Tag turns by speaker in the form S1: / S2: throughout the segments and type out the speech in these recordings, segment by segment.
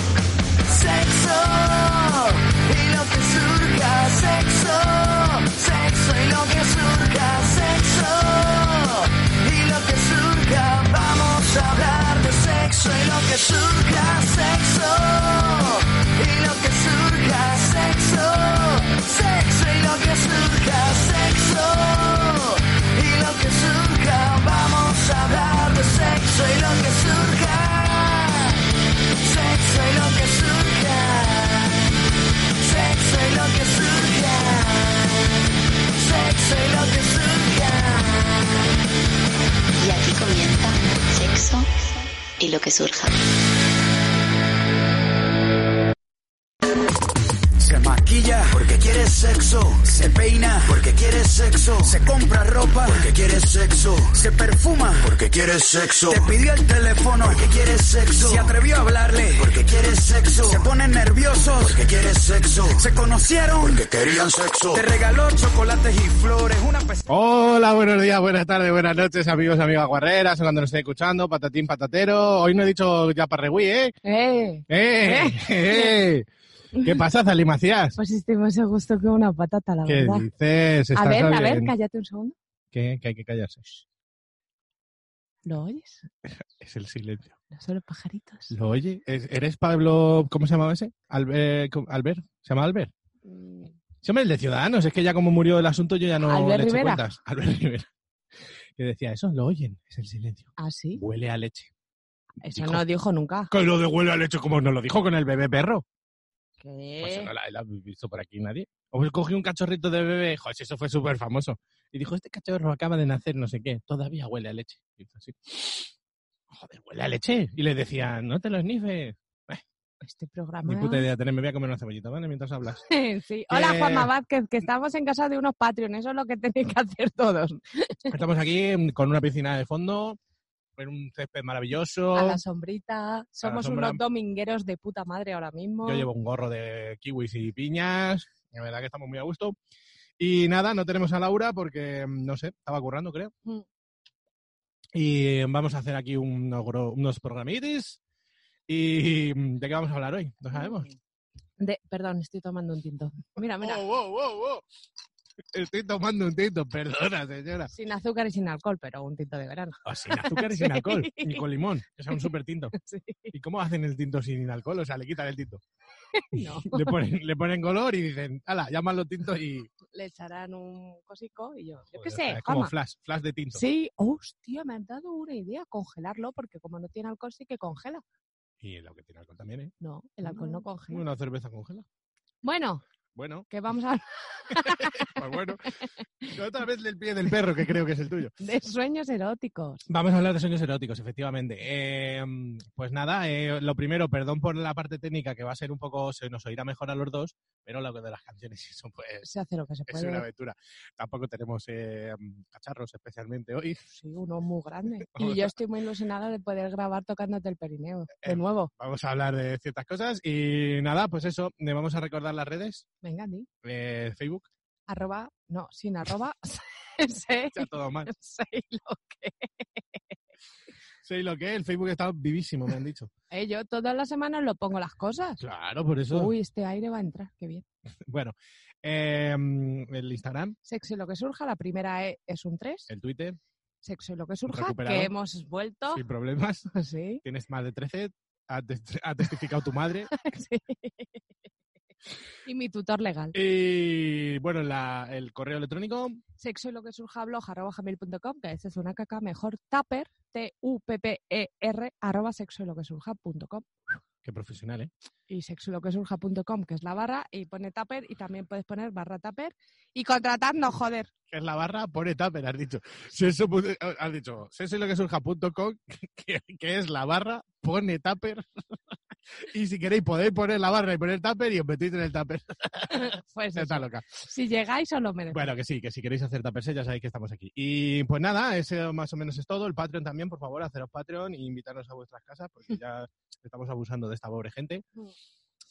S1: Sexo y lo que surja, sexo, sexo y lo que surja, sexo y lo que surja, vamos a hablar de sexo y lo que surja, sexo y lo que surja, sexo, sexo y lo que surja, sexo y lo que surja, vamos a hablar de sexo y lo que surja. Sexo y lo que surja. Sexo y lo que surja. Sexo y lo que surja.
S2: Y aquí comienza sexo y lo que surja.
S3: Se maquilla porque quiere sexo. Se peina porque quiere sexo. Se compra ropa porque quiere sexo. Se perfuma porque quiere sexo. Te pidió el teléfono porque quiere sexo. Se atrevió a hablarle porque quiere sexo. Se ponen nerviosos porque quiere sexo. Se conocieron porque querían sexo. Te regaló chocolates y flores. Una pes-
S4: Hola, buenos días, buenas tardes, buenas noches, amigos y amigas guerreras, cuando nos esté escuchando, patatín, patatero. Hoy no he dicho ya parregüí, ¿eh?
S5: Eh,
S4: ¡Eh! ¡Eh! ¿Qué pasa, Zali Macías?
S5: pues estoy más a gusto que una patata, la
S4: ¿Qué
S5: verdad.
S4: dices?
S5: A
S4: ¿Estás
S5: ver, a
S4: bien?
S5: ver, cállate un segundo.
S4: ¿Qué? Que hay que callarse.
S5: ¿Lo oyes?
S4: Es el silencio.
S5: No son los pajaritos.
S4: ¿Lo oye? ¿Es- ¿Eres Pablo, cómo se llamaba ese? Albert, Albert. ¿Se llama Albert?
S5: Mm,
S4: Sí, hombre, el de Ciudadanos. Es que ya como murió el asunto yo ya no
S5: Albert
S4: le eché
S5: Rivera.
S4: cuentas. Albert Rivera. Que decía, eso lo oyen, es el silencio.
S5: Ah, sí.
S4: Huele a leche.
S5: Eso
S4: Dijo.
S5: no dijo nunca.
S4: Que lo de huele a leche, como nos lo dijo con el bebé perro. Pues
S5: ¿Qué?
S4: no la, la habéis visto por aquí nadie. O él cogió un cachorrito de bebé, joder, si eso fue súper famoso. Y dijo, este cachorro acaba de nacer, no sé qué, todavía huele a leche. Y hizo así. Joder, huele a leche. Y le decía, no te lo snifes.
S5: Este programa.
S4: Ni puta idea, tener, me voy a comer una cebollita, ¿vale? Mientras hablas.
S5: sí. Hola,
S4: Eh.
S5: Juanma Vázquez, que estamos en casa de unos Patreon. Eso es lo que tenéis que hacer todos.
S4: Estamos aquí mm, con una piscina de fondo, con un césped maravilloso.
S5: A la sombrita. Somos
S4: sombra.
S5: unos domingueros de puta madre ahora mismo.
S4: Yo llevo un gorro de kiwis y piñas. La verdad que estamos muy a gusto. Y nada, no tenemos a Laura porque, mm, no sé, estaba currando, creo.
S5: Mm.
S4: Y vamos a hacer aquí unos, gro- unos programitis. ¿Y mm, de qué vamos a hablar hoy? No sabemos.
S5: De- Perdón, estoy tomando un tinto. Mira, Mm. mira.
S4: Oh, oh, oh, oh. Estoy tomando un tinto, perdona, señora.
S5: Sin azúcar y sin alcohol, pero un tinto de verano.
S4: Ah, sin azúcar y
S5: Sí.
S4: sin alcohol. Y con limón, que es un súper tinto.
S5: Sí.
S4: ¿Y cómo hacen el tinto sin alcohol? O sea, le quitan el tinto.
S5: No.
S4: Le ponen, le ponen color y dicen, ala, llámalo tinto y...
S5: Le echarán un cosico y yo. Yo
S4: Joder,
S5: qué
S4: o sea,
S5: sé,
S4: es como
S5: Juanma.
S4: flash, flash de tinto.
S5: Sí, hostia, me han dado una idea, congelarlo, porque como no tiene alcohol sí que congela.
S4: Y lo que tiene alcohol también, ¿eh?
S5: No, el alcohol no congela.
S4: Una cerveza congela.
S5: Bueno,
S4: Bueno,
S5: que vamos a hablar
S4: pues bueno. Otra vez del pie del perro, que creo que es el tuyo.
S5: de sueños eróticos.
S4: Vamos a hablar de sueños eróticos, efectivamente. Eh, pues nada, eh, lo primero, perdón por la parte técnica, que va a ser un poco, se nos oirá mejor a los dos, pero lo de las canciones, eso pues
S5: Se hace lo que se
S4: es una
S5: puede.
S4: aventura. Tampoco tenemos eh, cacharros especialmente hoy.
S5: Sí, uno muy grande. Y yo estoy muy ilusionada de poder grabar tocándote el perineo.
S4: Eh.
S5: De nuevo,
S4: Vamos a hablar de ciertas cosas y nada, pues eso, le vamos a recordar las redes,
S5: venga, di.
S4: eh, Facebook,
S5: Arroba, no, sin arroba. sé,
S4: ya todo mal.
S5: sé lo que...
S4: Sí, lo que es, el Facebook está vivísimo, me han dicho.
S5: Eh, yo todas las semanas lo pongo las cosas.
S4: Claro, por eso.
S5: Uy, este aire va a entrar, qué bien.
S4: Bueno, eh, el Instagram,
S5: Sexo y lo que surja, la primera E es un 3.
S4: el Twitter,
S5: Sexo y lo que surja,
S4: Recuperado.
S5: que hemos vuelto.
S4: sin problemas.
S5: Sí,
S4: Tienes más de 13, ha, test- ha testificado tu madre.
S5: sí. y mi tutor legal.
S4: Y bueno, la- el correo electrónico,
S5: Sexo y lo que surja blog arroba gmail.com, que ese es una caca mejor tupper, t u p p e r arroba sexo y lo que surja punto com.
S4: Qué profesional, ¿eh?
S5: y sexoloquesurja.com, que es la barra, y pone Tupper, y también puedes poner barra Tupper, y contratarnos, joder.
S4: Que es la barra, pone tupper, has dicho. Sexo punto- has dicho, sexoloquesurja.com, que, que es la barra, pone tupper. y si queréis podéis poner la barra y poner tupper y os metéis en el tupper.
S5: Pues
S4: Está
S5: eso.
S4: loca.
S5: si llegáis, os lo merecéis.
S4: Bueno, que sí, que si queréis hacer taperse ya sabéis que estamos aquí. Y pues nada, eso más o menos es todo. El Patreon también, por favor, haceros Patreon e invitarnos a vuestras casas porque ya estamos abusando de esta pobre gente.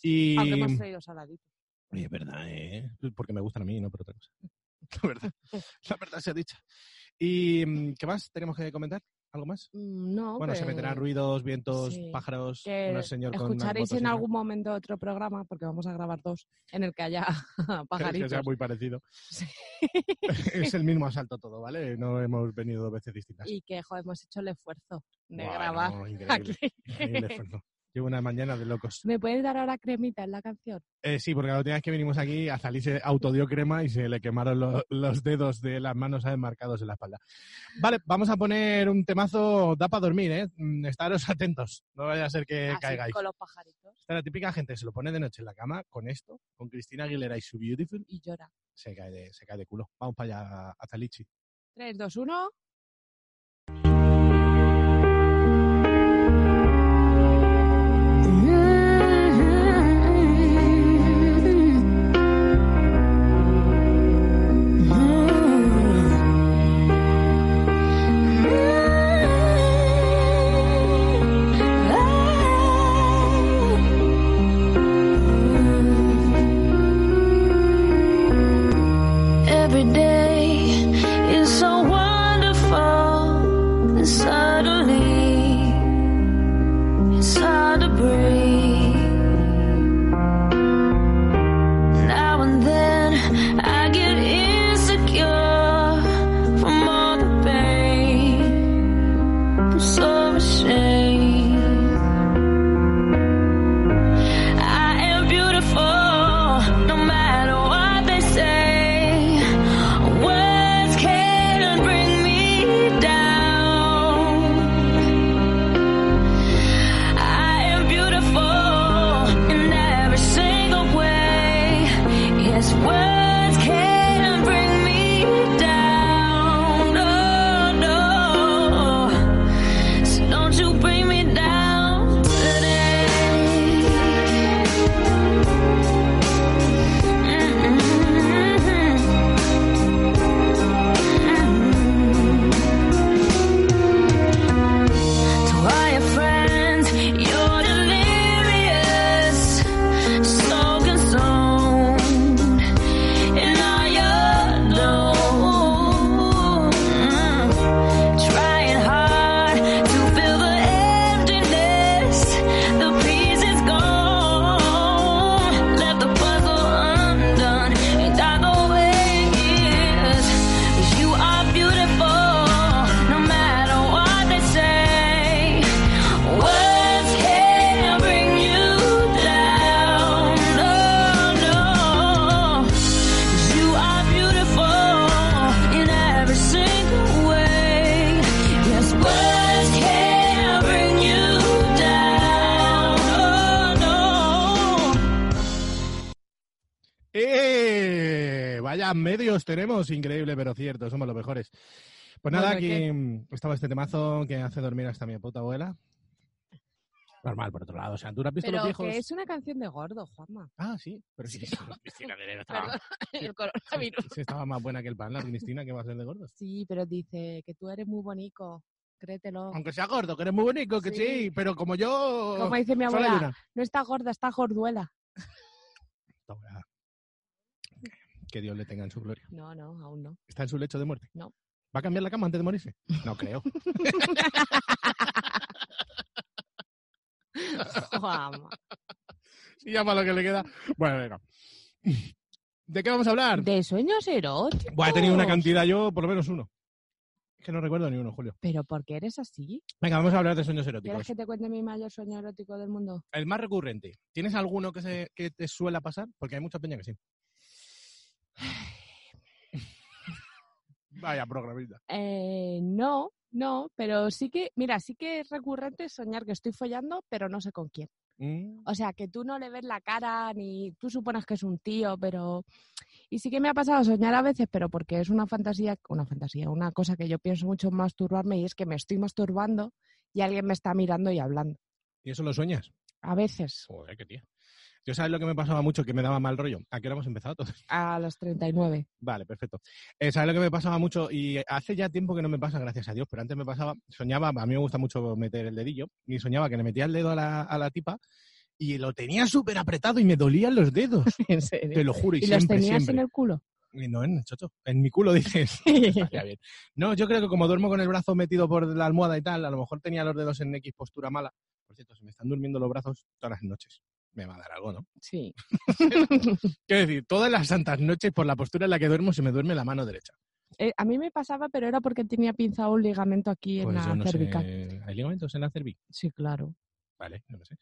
S4: Y...
S5: Aunque hemos traído saladito.
S4: Oye, es verdad, ¿eh? Porque me gustan a mí, no por otra cosa. La verdad, la verdad sea dicha. ¿Y mm, qué más tenemos que comentar? ¿Algo más?
S5: Mm, No,
S4: bueno, se
S5: que-
S4: meterán ruidos, vientos,
S5: sí.
S4: pájaros,
S5: que
S4: un señor con una
S5: Escucharéis en
S4: motosierra.
S5: algún momento otro programa, porque vamos a grabar dos, en el que haya
S4: Que
S5: pajaritos.
S4: sea muy parecido.
S5: Sí.
S4: es el mismo asalto todo, ¿vale? No hemos venido dos veces distintas.
S5: Y que, joder, hemos hecho el esfuerzo de
S4: Bueno,
S5: grabar
S4: increíble,
S5: aquí.
S4: increíble esfuerzo. Llevo una mañana de locos.
S5: ¿Me puedes dar ahora cremita en la canción?
S4: Eh, sí, porque la última vez que vinimos aquí, a Zalí se autodió crema y se le quemaron lo- los dedos de las manos ¿sabes? marcados en la espalda. Vale, vamos a poner un temazo, da para dormir, ¿eh? Mm, Estaros atentos, no vaya a ser que
S5: Así,
S4: caigáis.
S5: con los pajaritos.
S4: Esta es la típica gente, se lo pone de noche en la cama con esto, con Cristina Aguilera y su Beautiful,
S5: Y llora.
S4: se cae de, se cae de culo. Vamos para allá, a Zalichi.
S5: 3, 2, 1.
S1: Oh. Every day is so wonderful, and suddenly it's hard to breathe. Now and then I get insecure from all the pain. I'm so ashamed. I am beautiful, no matter what they say. Words can't bring me down. I am beautiful in every single way. Yes, words can't bring me down. No, no. So don't you bring me down today. Mm-mm. Mm. To all your friends, you're delirious, so consumed in all your doom. Trying hard to fill the emptiness. The piece is gone. Left the puzzle undone. And I go You are beautiful, no matter what they say. Words can bring you down. No, no. You are beautiful in every single way. Yes, words can bring you down. Oh no.
S4: ¡Eh! Vaya medios tenemos, increíble pero cierto, somos los mejores. Pues nada,
S5: Bueno,
S4: aquí mm, estaba este temazo que hace dormir hasta mi puta abuela. Normal, por otro lado, o sea, tú no has visto
S5: Pero
S4: los viejos.
S5: que es una canción de gordo, Juanma.
S4: Ah, sí, pero sí, Cristina Aguilera estaba,
S5: Perdón, el coronavirus.
S4: sí, estaba más buena que el pan, la Cristina, que va a ser de gordos.
S5: Sí, pero dice que tú eres muy bonito. Créetelo.
S4: Aunque sea gordo, que eres muy bonito, que sí,
S5: Sí.
S4: pero como yo.
S5: Como dice mi
S4: sola y
S5: abuela,
S4: una.
S5: no está gorda, está gorduela.
S4: Esta abuela. Que Dios le tenga en su gloria.
S5: No, no, aún no.
S4: ¿Está en su lecho de muerte?
S5: No.
S4: ¿Va a cambiar la cama antes de morirse? No creo.
S5: Juanma.
S4: Y ya para lo que le queda. Bueno, venga. ¿De qué vamos a hablar?
S5: De sueños eróticos.
S4: Bueno, he tenido una cantidad yo, por lo menos uno. Es que no recuerdo ni uno, Julio.
S5: Pero ¿por qué eres así?
S4: Venga, vamos a hablar de sueños
S5: ¿Quieres
S4: eróticos.
S5: que te cuente mi mayor sueño erótico del mundo?
S4: El más recurrente. ¿Tienes alguno que, se, que te suela pasar? Porque hay mucha peña que sí. Vaya programita.
S5: Eh, no, No, pero sí que, mira, sí que es recurrente soñar que estoy follando, pero no sé con quién.
S4: Mm,
S5: O sea, que tú no le ves la cara ni tú supones que es un tío, pero... Y sí que me ha pasado soñar a veces, pero porque es una fantasía, una fantasía, una cosa que yo pienso mucho en masturbarme y es que me estoy masturbando y alguien me está mirando y hablando.
S4: ¿Y eso lo sueñas?
S5: A veces,
S4: Joder, qué tía. Yo sabes lo que me pasaba mucho, que me daba mal rollo. ¿A qué hora hemos empezado todos?
S5: a los 39.
S4: Vale, perfecto. Eh, ¿Sabes lo que me pasaba mucho? Y hace ya tiempo que no me pasa, gracias a Dios, pero antes me pasaba, soñaba, a mí me gusta mucho meter el dedillo, y soñaba que le metía el dedo a la, a la tipa y lo tenía súper apretado y me dolían los dedos.
S5: En serio.
S4: Te lo juro, y,
S5: ¿Y los
S4: siempre,
S5: tenías
S4: siempre.
S5: en el culo?
S4: Y No, en el chocho, en mi culo dices. Estaría bien. No, yo creo que como duermo con el brazo metido por la almohada y tal, a lo mejor tenía los dedos en X postura mala. Por cierto, se me están durmiendo los brazos todas las noches. Me va a dar algo, ¿no?
S5: Sí.
S4: Quiero decir, todas las santas noches por la postura en la que duermo se me duerme la mano derecha.
S5: Eh, a mí me pasaba, pero era porque tenía pinzado un ligamento aquí en
S4: Pues
S5: la
S4: yo no sé,
S5: cervical.
S4: ¿Hay ligamentos en la cerviz?
S5: Sí, claro.
S4: Vale, no lo sé.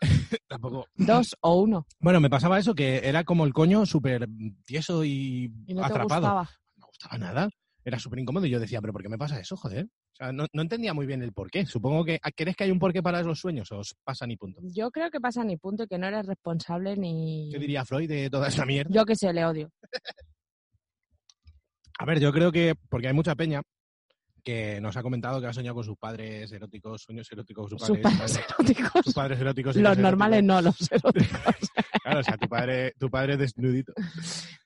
S4: Tampoco.
S5: Dos o uno.
S4: Bueno, me pasaba eso, que era como el coño súper tieso y,
S5: Y no te
S4: atrapado.
S5: gustaba.
S4: No me gustaba nada. Era súper incómodo y yo decía, ¿pero por qué me pasa eso, joder? O sea, no, no entendía muy bien el porqué. Supongo que. ¿Crees que hay un porqué para los sueños? O os pasa ni punto.
S5: Yo creo que pasa ni punto y que no eres responsable ni...
S4: ¿Qué diría Freud de toda esa mierda?
S5: Yo que sé, le odio.
S4: A ver, yo creo que. Porque hay mucha peña que nos ha comentado que ha soñado con sus padres eróticos, sueños eróticos, sus
S5: Sus
S4: padres.
S5: padres eróticos.
S4: sus padres eróticos. hijos
S5: Los
S4: eróticos.
S5: normales no, los eróticos.
S4: Claro, o sea, tu padre, tu padre desnudito.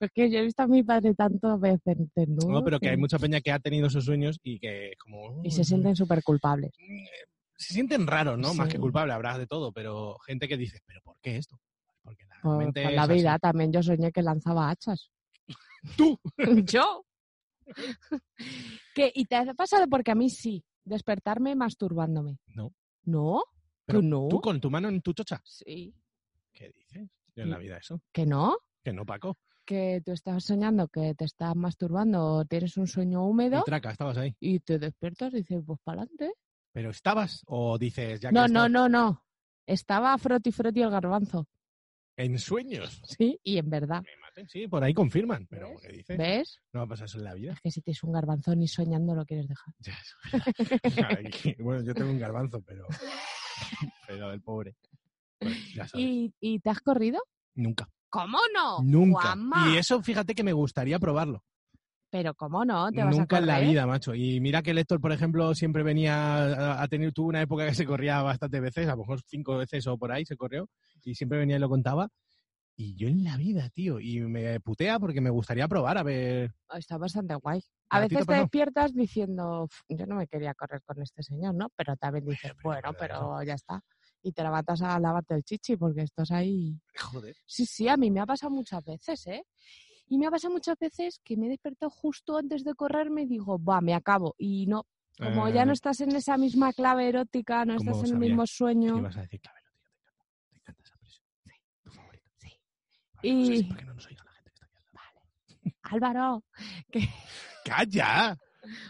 S5: es que yo he visto a mi padre tantas veces desnudo.
S4: No, pero que hay mucha peña que ha tenido esos sueños y que es como... "Uh,
S5: Y se sienten súper culpables.
S4: Se sienten raros, ¿no? Más
S5: Sí.
S4: que culpable, habrá de todo, pero gente que dice, ¿pero por qué esto? Porque la
S5: Por,
S4: mente
S5: por
S4: es
S5: la
S4: así.
S5: vida también yo soñé que lanzaba hachas.
S4: ¡Tú!
S5: ¿Yo? ¿Qué? ¿Y te ha pasado? Porque a mí sí. Despertarme masturbándome.
S4: No.
S5: ¿No?
S4: Pero
S5: ¿Que no?
S4: Tú con tu mano en tu chocha.
S5: Sí.
S4: ¿Qué dices? Yo
S5: Mm.
S4: en la vida eso.
S5: ¿Que no?
S4: Que no, Paco.
S5: Que tú estás soñando que te estás masturbando o tienes un sueño húmedo
S4: Y traca, estabas ahí.
S5: y te despiertas y dices, pues pa'lante.
S4: ¿Pero estabas? ¿O dices ya que
S5: No, no,
S4: estás-
S5: no, no. Estaba froti froti el garbanzo,
S4: En sueños.
S5: ¿sí? Y en verdad,
S4: Me maten, sí, por ahí confirman. Pero ¿qué dices?
S5: ¿ves?
S4: No va a pasar eso en la vida.
S5: Es que si tienes un garbanzón y soñando lo quieres dejar.
S4: Ya, eso ya. Claro, aquí- bueno, yo tengo un garbanzo, pero... Pero el pobre. Bueno, ya sabes.
S5: ¿Y, y te has corrido?
S4: Nunca.
S5: ¿Cómo no?
S4: Nunca.
S5: Juanma.
S4: Y eso, fíjate que me gustaría probarlo.
S5: Pero ¿cómo no? ¿Te vas a
S4: Nunca en la
S5: correr?
S4: vida, macho. Y mira que el Héctor, por ejemplo, siempre venía a- a tener, tuvo una época que se corría bastantes veces, a lo mejor cinco veces o por ahí se corrió, y siempre venía y lo contaba. Y yo en la vida, tío, y me putea porque me gustaría probar, a ver.
S5: ¿eh? Está bastante guay. A
S4: ¿A ti te
S5: veces te
S4: pasó?
S5: despiertas diciendo, "Uf, yo no me quería correr con este señor, ¿no? Pero también dices,
S4: Bueno,
S5: bueno,
S4: pero
S5: pero ya está. Y te levantas a lavarte el chichi porque estás ahí.
S4: Joder.
S5: Sí, sí, a mí me ha pasado muchas veces, ¿eh? Y me ha pasado muchas veces que me he despertado justo antes de correrme y digo, va, me acabo. Y no,
S4: Eh,
S5: como ya no estás en esa misma clave erótica, no
S4: Como
S5: estás en el
S4: sabía
S5: mismo
S4: ¿Qué
S5: sueño.
S4: ibas a decir? Claro, tío, te encanta. Te encanta esa presión. Sí. Tu favorito.
S5: Sí.
S4: Vale, no sé
S5: Y-
S4: si- ¿Por qué no nos oiga la gente que está aquí al lado?
S5: Álvaro,
S4: ¡Calla!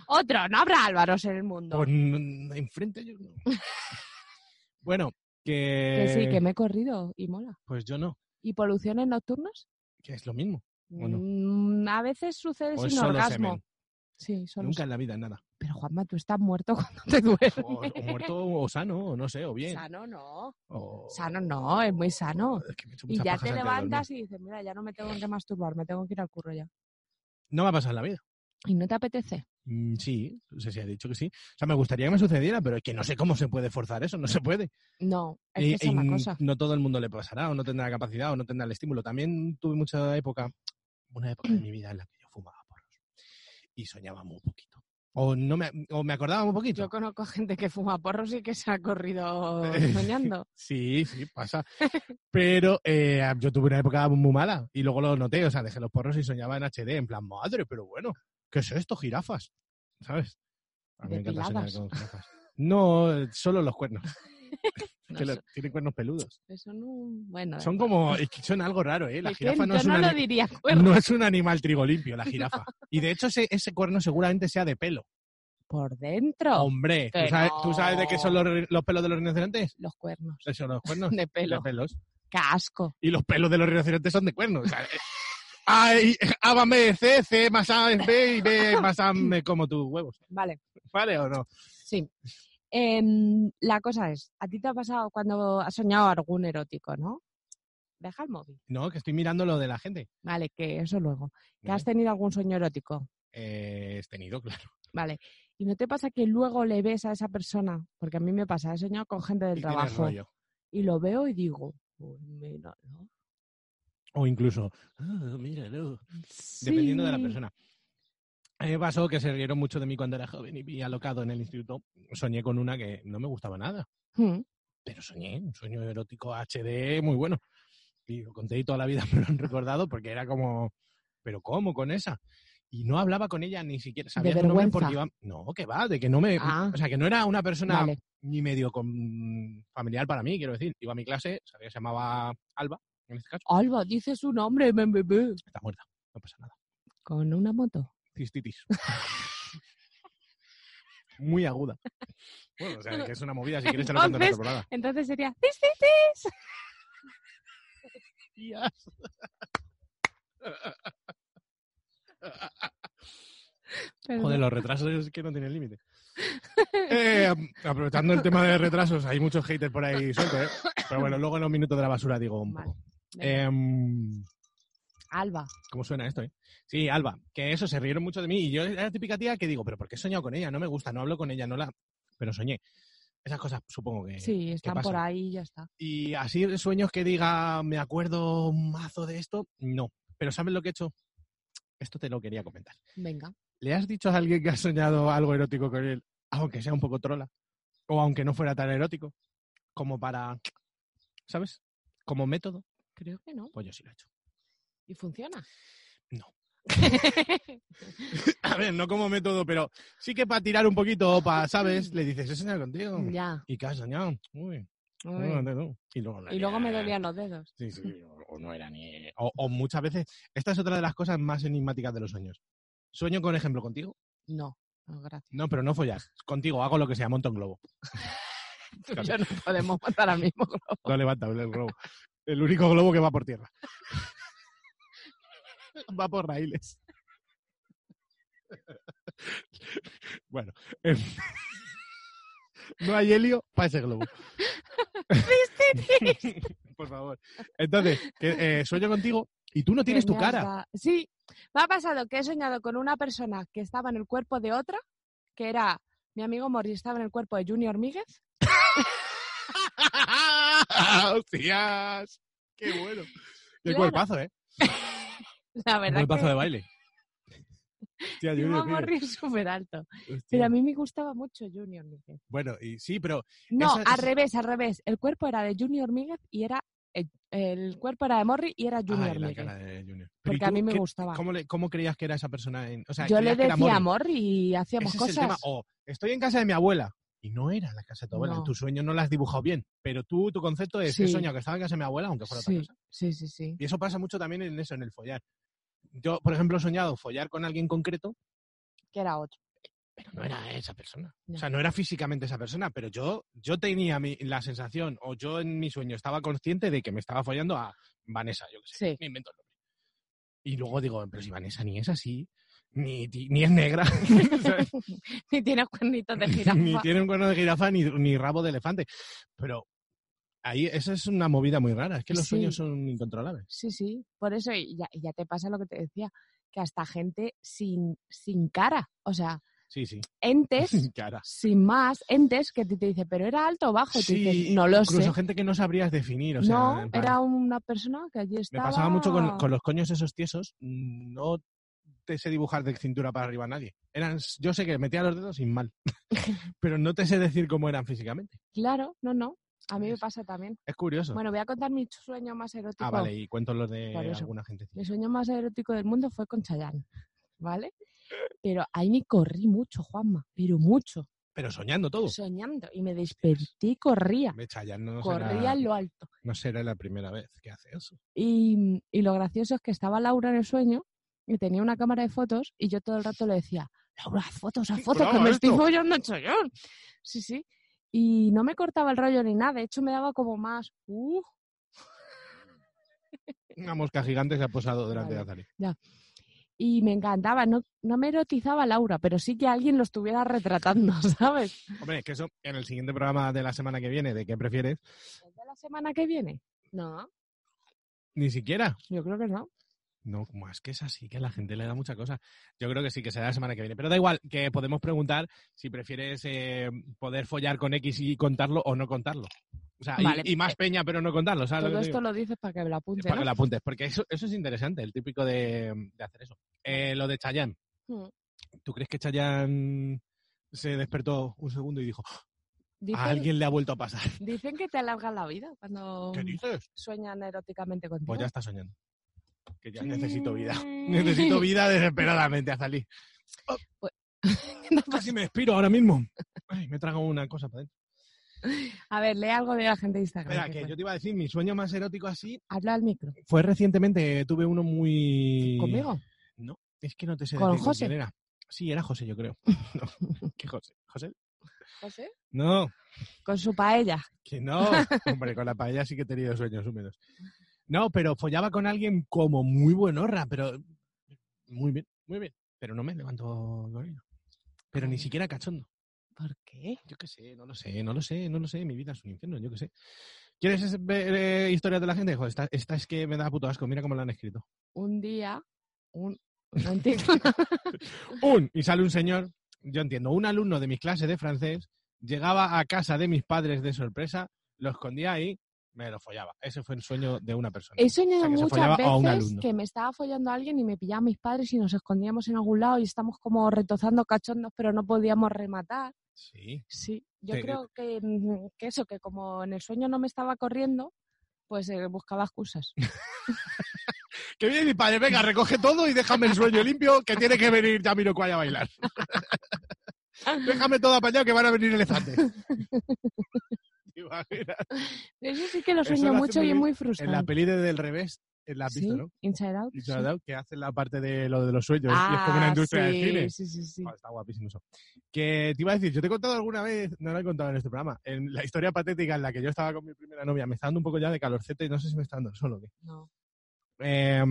S5: otro, no habrá Álvaros en el mundo.
S4: Pues, mm, enfrente yo no. bueno, que.
S5: Que sí, que me he corrido y mola.
S4: Pues yo no,
S5: ¿Y poluciones nocturnas?
S4: que es lo mismo. ¿O no?
S5: Mm, a veces sucede
S4: O es
S5: sin
S4: solo
S5: orgasmo.
S4: semen.
S5: Sí, solo
S4: Nunca
S5: se-
S4: en la vida, nada.
S5: Pero Juanma, tú estás muerto cuando te duermes.
S4: O, o muerto o sano, o no sé, o bien.
S5: Sano no.
S4: O-
S5: Sano no, es muy sano.
S4: Es que me he hecho
S5: Y
S4: muchas
S5: ya
S4: pajas
S5: te
S4: antes de dormir.
S5: levantas y dices, mira, ya no me tengo que masturbar, me tengo que ir al curro ya.
S4: No me ha pasado en la vida.
S5: ¿Y no te apetece?
S4: Mm, sí, no sé si ha dicho que sí. O sea, me gustaría que me sucediera, pero es que no sé cómo se puede forzar eso, no se puede.
S5: No, es
S4: Y-
S5: que esa es
S4: y
S5: la cosa.
S4: No todo el mundo le pasará, o no tendrá la capacidad, o no tendrá el estímulo. También tuve mucha época, una época de mi vida en la que yo fumaba porros y soñaba muy poquito. O, no me, o me acordaba muy poquito.
S5: Yo conozco gente que fuma porros y que se ha corrido soñando.
S4: Sí, sí, pasa. Pero eh, yo tuve una época muy mala y luego lo noté, o sea, dejé los porros y soñaba en HD, en plan, madre, pero bueno, ¿qué es esto? Jirafas, ¿sabes? A mí me encanta soñar
S5: Depiladas.
S4: con jirafas. No, solo los cuernos,
S5: No,
S4: que lo-
S5: eso-
S4: tienen cuernos peludos.
S5: eso no- Bueno, da
S4: Son
S5: igual.
S4: como, es que son algo raro, ¿eh? La
S5: Es que
S4: jirafa no
S5: yo
S4: es,
S5: no
S4: una-
S5: lo diría.
S4: no es un animal trigolimpio, la jirafa. Y de hecho ese, ese cuerno seguramente sea de pelo.
S5: Por dentro,
S4: Hombre, ¿tú
S5: que
S4: sabes, tú
S5: no.
S4: sabes de qué son los, los pelos de los rinocerontes?
S5: los cuernos
S4: Esos son los cuernos.
S5: de pelo.
S4: De pelos.
S5: ¡Qué asco!
S4: y los pelos de los rinocerontes son de cuernos. o sea, eh, Ay, A más B, C, C más A es B y B más A me como tus huevos.
S5: Vale,
S4: ¿Vale o no?
S5: sí. Em, la cosa es, ¿a ti te ha pasado cuando has soñado algún erótico, no? Deja el móvil.
S4: No, que estoy mirando lo de la gente.
S5: Vale, que eso luego. ¿Que has
S4: Vale.
S5: tenido algún sueño erótico?
S4: Eh, he tenido, claro.
S5: Vale. ¿Y no te pasa que luego le ves a esa persona? Porque a mí me pasa, he soñado con gente del
S4: Y tienes
S5: trabajo.
S4: rollo.
S5: Y lo veo y digo, "Uy, mira, ¿no?".
S4: O incluso, "Ah, míralo, dependiendo de la
S5: Sí.
S4: persona. A mí me pasó que se rieron mucho de mí cuando era joven y, y alocado en el instituto. Soñé con una que no me gustaba nada.
S5: Mm.
S4: pero soñé, un sueño erótico HD muy bueno. Y lo conté y toda la vida me lo han recordado porque era como, ¿pero cómo con esa? Y no hablaba con ella ni siquiera sabía
S5: De
S4: su nombre
S5: vergüenza.
S4: porque iba- No, que va, de que no me.
S5: Ah.
S4: O sea, que no era una persona
S5: Vale.
S4: ni medio con- familiar para mí, quiero decir. Iba a mi clase, sabía que se llamaba Alba, en este caso.
S5: Alba, dice su nombre, men, bebé.
S4: Está muerta, no pasa nada.
S5: Con una moto.
S4: Cistitis. muy aguda. Bueno, o sea, que es una movida, si quieres te lo cuento en
S5: Entonces,
S4: otro programa.
S5: Entonces sería, "Tis, tis,
S4: Yes.
S5: tis". Perdón.
S4: Joder, los retrasos es que no tienen límite. Eh, ap- aprovechando el tema de retrasos, hay muchos haters por ahí sueltos, ¿eh? Pero bueno, luego en los minutos de la basura digo un
S5: Vale,
S4: poco.
S5: venga.
S4: Em,
S5: Alba.
S4: ¿Cómo suena esto, eh? Sí, Alba, que eso, se rieron mucho de mí. Y yo era la típica tía que digo, pero ¿por qué he soñado con ella? No me gusta, no hablo con ella, no la... Pero soñé. Esas cosas supongo que...
S5: Sí, están por
S4: eh, pasa?
S5: ahí y ya está.
S4: Y así sueños que diga, me acuerdo un mazo de esto, no. Pero ¿sabes lo que he hecho? Esto te lo quería comentar.
S5: Venga.
S4: ¿Le has dicho a alguien que ha soñado algo erótico con él, aunque sea un poco trola? O aunque no fuera tan erótico, como para, ¿sabes? Como método.
S5: Creo que no.
S4: Pues yo sí lo he hecho.
S5: ¿Y funciona?
S4: No. A ver, no como método, pero sí que para tirar un poquito, para, ¿sabes? Le dices, he soñado contigo.
S5: ya.
S4: ¿Y qué has soñado? Uy,
S5: uy.
S4: no, no, no. Y luego, no
S5: Y luego me
S4: era-
S5: dolían los dedos.
S4: Sí, sí, o, o no era ni... O, o muchas veces... Esta es otra de las cosas más enigmáticas de los sueños. Sueño, con ejemplo, contigo.
S5: No. no, gracias.
S4: No, pero no follar. Contigo hago lo que sea, monto un globo.
S5: Tú y yo no podemos matar al mismo globo.
S4: No levanta el globo. El único globo que va por tierra. Va por raíles. Bueno, em, no hay helio para ese globo. por favor. Entonces, que, eh, sueño contigo y tú no tienes tu
S5: Que me
S4: cara.
S5: has da- Sí. Me ha pasado que he soñado con una persona que estaba en el cuerpo de otra, que era mi amigo Morris, estaba en el cuerpo de Junior Míguez.
S4: ¡Hostias! ¡Qué bueno! ¡Qué
S5: Claro.
S4: cuerpazo, eh!
S5: La verdad
S4: cuerpazo
S5: que
S4: de baile. Hostia, yo
S5: iba
S4: digo, tío,
S5: Morris súper alto.
S4: hostia.
S5: Pero a mí me gustaba mucho Junior Míguez.
S4: Bueno, y sí, pero
S5: No,
S4: Esa-
S5: al
S4: esa-
S5: revés, al revés. El cuerpo era de Junior Míguez y era... El, el cuerpo era de Morris y era Junior
S4: Ay, la
S5: Míguez.
S4: cara de Junior. Pero ¿y
S5: Porque a
S4: tú
S5: mí me
S4: qué-
S5: gustaba.
S4: ¿cómo, le- cómo creías que era esa persona? en- o sea,
S5: Yo le
S4: creías que era
S5: decía
S4: Mori?
S5: amor y hacíamos
S4: Ese es el
S5: cosas.
S4: tema. O estoy en casa de mi abuela. Y no era la casa de tu abuela.
S5: No.
S4: En tu sueño no la has dibujado bien. Pero tú, tu concepto es que
S5: Sí.
S4: soñado que estaba en casa de mi abuela, aunque fuera otra
S5: sí,
S4: casa.
S5: sí, sí, sí.
S4: Y eso pasa mucho también en eso, en el follar. Yo, por ejemplo, he soñado follar con alguien concreto,
S5: Que era otro.
S4: pero no era esa persona.
S5: Ya.
S4: O sea, no era físicamente esa persona, pero yo, yo tenía mi- la sensación, o yo en mi sueño estaba consciente de que me estaba follando a Vanessa, yo qué sé.
S5: Sí.
S4: me invento el nombre. Y luego digo, pero si Vanessa ni es así, ni, ti- ni es negra, ¿sabes?
S5: Y tiene cuernitos de jirafa.
S4: ni tiene un cuerno de jirafa, ni, ni rabo de elefante. Pero ahí, esa es una movida muy rara, es que los
S5: Sí.
S4: sueños son incontrolables.
S5: Sí, sí. Por eso y ya, y ya te pasa lo que te decía, que hasta gente sin, sin cara. O sea,
S4: Sí, sí,
S5: entes,
S4: cara.
S5: sin más, entes que a ti te dice, pero era alto o bajo. Y tú dices, no lo
S4: incluso
S5: sé.
S4: gente que no sabrías definir. O sea, en plan,
S5: no, era una persona que allí
S4: Me
S5: estaba.
S4: pasaba mucho con, con los coños esos tiesos, no te sé dibujar de cintura para arriba a nadie. Eran, yo sé que metía los dedos sin mal, pero no te sé decir cómo eran físicamente.
S5: Claro, no, no. A mí me
S4: Es-
S5: pasa también.
S4: Es curioso.
S5: Bueno, voy a contar mi sueño más erótico.
S4: Ah, vale, y cuento los de
S5: Por eso.
S4: alguna gente.
S5: Mi sueño más erótico del mundo fue con Chayanne, ¿vale? Pero ahí me corrí mucho, Juanma, pero mucho,
S4: Pero soñando todo.
S5: soñando. Y me desperté y corría,
S4: Me Chayanne Oh. no,
S5: corría
S4: será,
S5: en lo alto.
S4: no será la primera vez que hace eso.
S5: Y, mm, y lo gracioso es que estaba Laura en el sueño y tenía una cámara de fotos y yo todo el rato le decía, Laura, haz fotos, haz fotos, que
S4: Graba
S5: me
S4: esto".
S5: estoy follando a Chayanne. Sí, sí. Y no me cortaba el rollo ni nada, de hecho me daba como más, uh,
S4: Una mosca gigante se ha posado delante de
S5: Vale.
S4: Azalea.
S5: Y me encantaba, no, no me erotizaba Laura, pero sí que alguien lo estuviera retratando, ¿sabes?
S4: Hombre, es que eso en el siguiente programa de la semana que viene, ¿de qué prefieres?
S5: ¿Es de la semana que viene? No,
S4: Ni siquiera.
S5: yo creo que no.
S4: No, como es que es así, que a la gente le da mucha cosa. Yo creo que sí, que será la semana que viene. Pero da igual, que podemos preguntar si prefieres eh, poder follar con X y contarlo o no contarlo. O sea, y-
S5: Vale.
S4: y, más peña, pero no contarlo, ¿sabes? lo
S5: Todo
S4: que te
S5: esto
S4: digo?
S5: lo dices para que me lo apunte,
S4: Para que
S5: ¿no?
S4: lo apuntes, porque eso, eso es interesante, el típico de, de hacer eso. Eh, lo de Chayanne.
S5: Mm.
S4: ¿Tú crees que Chayanne se despertó un segundo y dijo,
S5: Dicen,
S4: a alguien le ha vuelto a pasar?
S5: dicen que te alargan la vida cuando
S4: ¿Qué dices?
S5: sueñan eróticamente contigo.
S4: Pues ya está soñando. Que ya necesito vida.
S5: Mm.
S4: Necesito vida desesperadamente a salir. Casi me despiro ahora mismo. Ay, me trago una cosa para dentro.
S5: A ver, lee algo de la gente de Instagram.
S4: Espera,
S5: que
S4: que
S5: fue.
S4: yo te iba a decir, mi sueño más erótico así
S5: Habla al micro.
S4: fue recientemente. Tuve uno muy.
S5: ¿Conmigo?
S4: No, es que no te sé
S5: ¿Con
S4: decir
S5: José?
S4: quién era. Sí, era José, yo creo. No, ¿Qué José? ¿José?
S5: ¿José?
S4: No,
S5: Con su paella.
S4: que no. Hombre, con la paella sí que he tenido sueños húmedos. No, pero follaba con alguien como muy buenorra, pero muy bien, muy bien. Pero no me levanto con ello. Pero ni siquiera cachondo.
S5: ¿Por qué?
S4: Yo qué sé, no lo sé, no lo sé, no lo sé. Mi vida es un infierno, yo qué sé. ¿Quieres es- ver eh, historias de la gente? Joder, esta, esta es que me da puto asco. Mira cómo la han escrito.
S5: Un día, un... No entiendo.
S4: Un, y sale un señor, yo entiendo, un alumno de mis clases de francés llegaba a casa de mis padres de sorpresa, lo escondía ahí, me lo follaba. Ese fue el sueño de una persona.
S5: He
S4: O
S5: soñado
S4: sea, que se
S5: muchas
S4: follaba a un
S5: veces
S4: alumno.
S5: que me estaba follando a alguien y me pillaban mis padres y nos escondíamos en algún lado y estamos como retozando cachondos, pero no podíamos rematar.
S4: Sí.
S5: Sí, yo
S4: Te-
S5: creo que, mm, que eso, que como en el sueño no me estaba corriendo, pues eh, buscaba excusas.
S4: Que viene mi padre, venga, recoge todo y déjame el sueño limpio, que tiene que venir Jamiroquai a bailar. déjame todo apañado que van a venir elefantes. ¿Te imaginas?
S5: Eso sí que lo
S4: Eso
S5: sueño
S4: lo hace
S5: mucho
S4: muy
S5: y
S4: bien
S5: es muy
S4: En la
S5: frustrante.
S4: peli de Del Revés, en la has
S5: pues Sí,
S4: visto, ¿no?
S5: Inside Out.
S4: Y
S5: sí.
S4: Shadow, que hace la parte de lo de los sueños. y es como
S5: Ah,
S4: una industria
S5: sí,
S4: del cine.
S5: Sí, sí, sí.
S4: Joder, está guapísimo eso. Que te iba a decir, yo te he contado alguna vez, no lo he contado en este programa, en la historia patética en la que yo estaba con mi primera novia, me está dando un poco ya de calorcete y no sé si me está dando el sol o qué.
S5: No.
S4: Eh,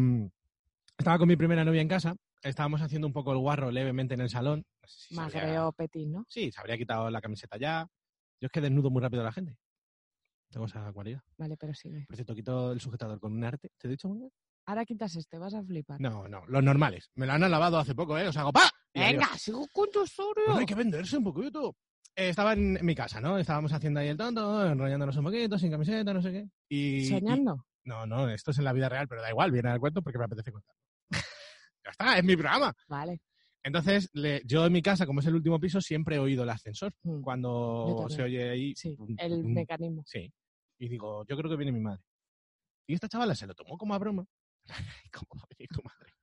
S4: estaba con mi primera novia en casa, estábamos haciendo un poco el guarro levemente en el salón. No sé si se habría-
S5: Magreo Petit, ¿no?
S4: Sí, se habría quitado la camiseta ya. Yo es que desnudo muy rápido a la gente. Tengo esa cualidad.
S5: Vale, pero sigue.
S4: Por cierto, quito el sujetador con un arte. ¿Te he dicho alguna vez?
S5: Ahora quitas este, vas a flipar.
S4: No, no, los normales. Me lo han lavado hace poco, ¿eh? Os hago ¡pa! Y adiós.
S5: Venga, sigo con tu sueño.
S4: Pues hay que venderse un poquito. Eh, estaba en mi casa, ¿no? Estábamos haciendo ahí el tonto, enrollándonos un poquito, sin camiseta, no sé qué. Y, y-
S5: Soñando.
S4: no, no, esto es en la vida real, pero da igual, viene al cuento porque me apetece contar. ya está, es mi programa.
S5: Vale.
S4: Entonces, le- yo en mi casa, como es el último piso, siempre he oído el ascensor.
S5: Mm. Yo
S4: Cuando
S5: también.
S4: se oye ahí...
S5: Sí,
S4: pum,
S5: el
S4: pum,
S5: mecanismo.
S4: Sí. Y digo, yo creo que viene mi madre. Y esta chavala se lo tomó como a broma. ¿Cómo va a venir tu madre?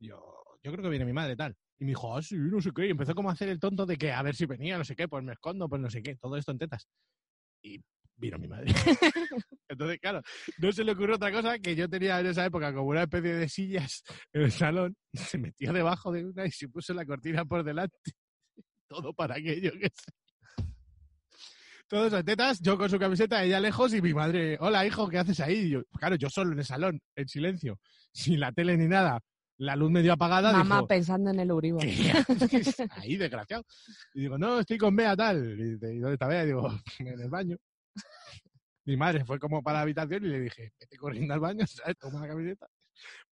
S4: Yo, yo creo que viene mi madre, tal. Y me dijo, ah, sí, no sé qué. Y empezó como a hacer el tonto de que a ver si venía, no sé qué, pues me escondo, pues no sé qué. Todo esto en tetas. Y vino mi madre. Entonces, claro, no se le ocurrió otra cosa que yo tenía en esa época como una especie de sillas en el salón. Se metió debajo de una y se puso la cortina por delante. Todo para aquello que se todos a tetas, yo con su camiseta, ella lejos y mi madre, hola hijo, ¿qué haces ahí? Y yo, claro, yo solo en el salón, en silencio, sin la tele ni nada, la luz medio apagada.
S5: Mamá
S4: dijo,
S5: pensando en el
S4: ¿qué
S5: Uribo.
S4: haces ahí, desgraciado? Y digo, no, estoy con Bea tal. Y dice, "¿Y dónde está Bea? Y digo, en el baño. Mi madre fue como para la habitación y le dije, vete corriendo al baño, ¿sabes? Toma la camiseta.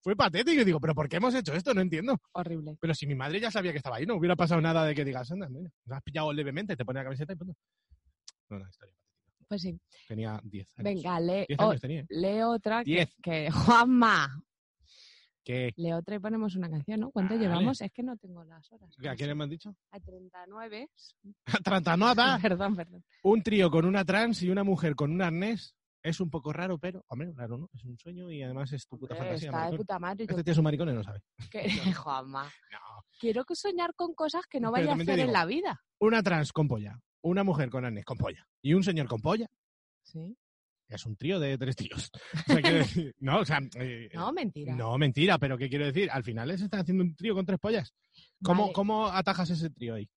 S4: Fue patético y digo, pero ¿por qué hemos hecho esto? No entiendo.
S5: Horrible.
S4: Pero si mi madre ya sabía que estaba ahí, no hubiera pasado nada de que digas, anda, mira, lo has pillado levemente, te pone la camiseta y punto. No, no, historia.
S5: Pues sí.
S4: Tenía 10 años.
S5: Venga, Oh. lee,
S4: 10
S5: o-
S4: años tenía. ¿eh?
S5: lee otra. que-
S4: Diez.
S5: Que, Juanma.
S4: ¿Qué?
S5: Lee otra y ponemos una canción, ¿no? ¿Cuánto
S4: Vale.
S5: llevamos? Es que no tengo las horas.
S4: ¿A quién me han dicho?
S5: A 39.
S4: Trantanota.
S5: Perdón, perdón.
S4: Un trío con una trans y una mujer con un arnés. Es un poco raro, pero, hombre, raro, ¿no? Es un sueño y además es tu puta
S5: Hombre,
S4: fantasía.
S5: está de
S4: maricón.
S5: puta madre. Yo
S4: Este tío es un maricón y no sabe.
S5: que- Juanma.
S4: No.
S5: Quiero que soñar con cosas que no
S4: Pero
S5: vaya a
S4: también te
S5: hacer en
S4: digo-
S5: la vida.
S4: Una trans con polla. Una mujer con arnés con polla. Y un señor con polla.
S5: Sí.
S4: Es un trío de tres tíos. O sea, quiero decir- no, o sea... eh,
S5: No, mentira.
S4: No, mentira, pero ¿qué quiero decir? Al final les están haciendo un trío con tres pollas. ¿Cómo,
S5: Vale.
S4: ¿cómo atajas ese trío ahí?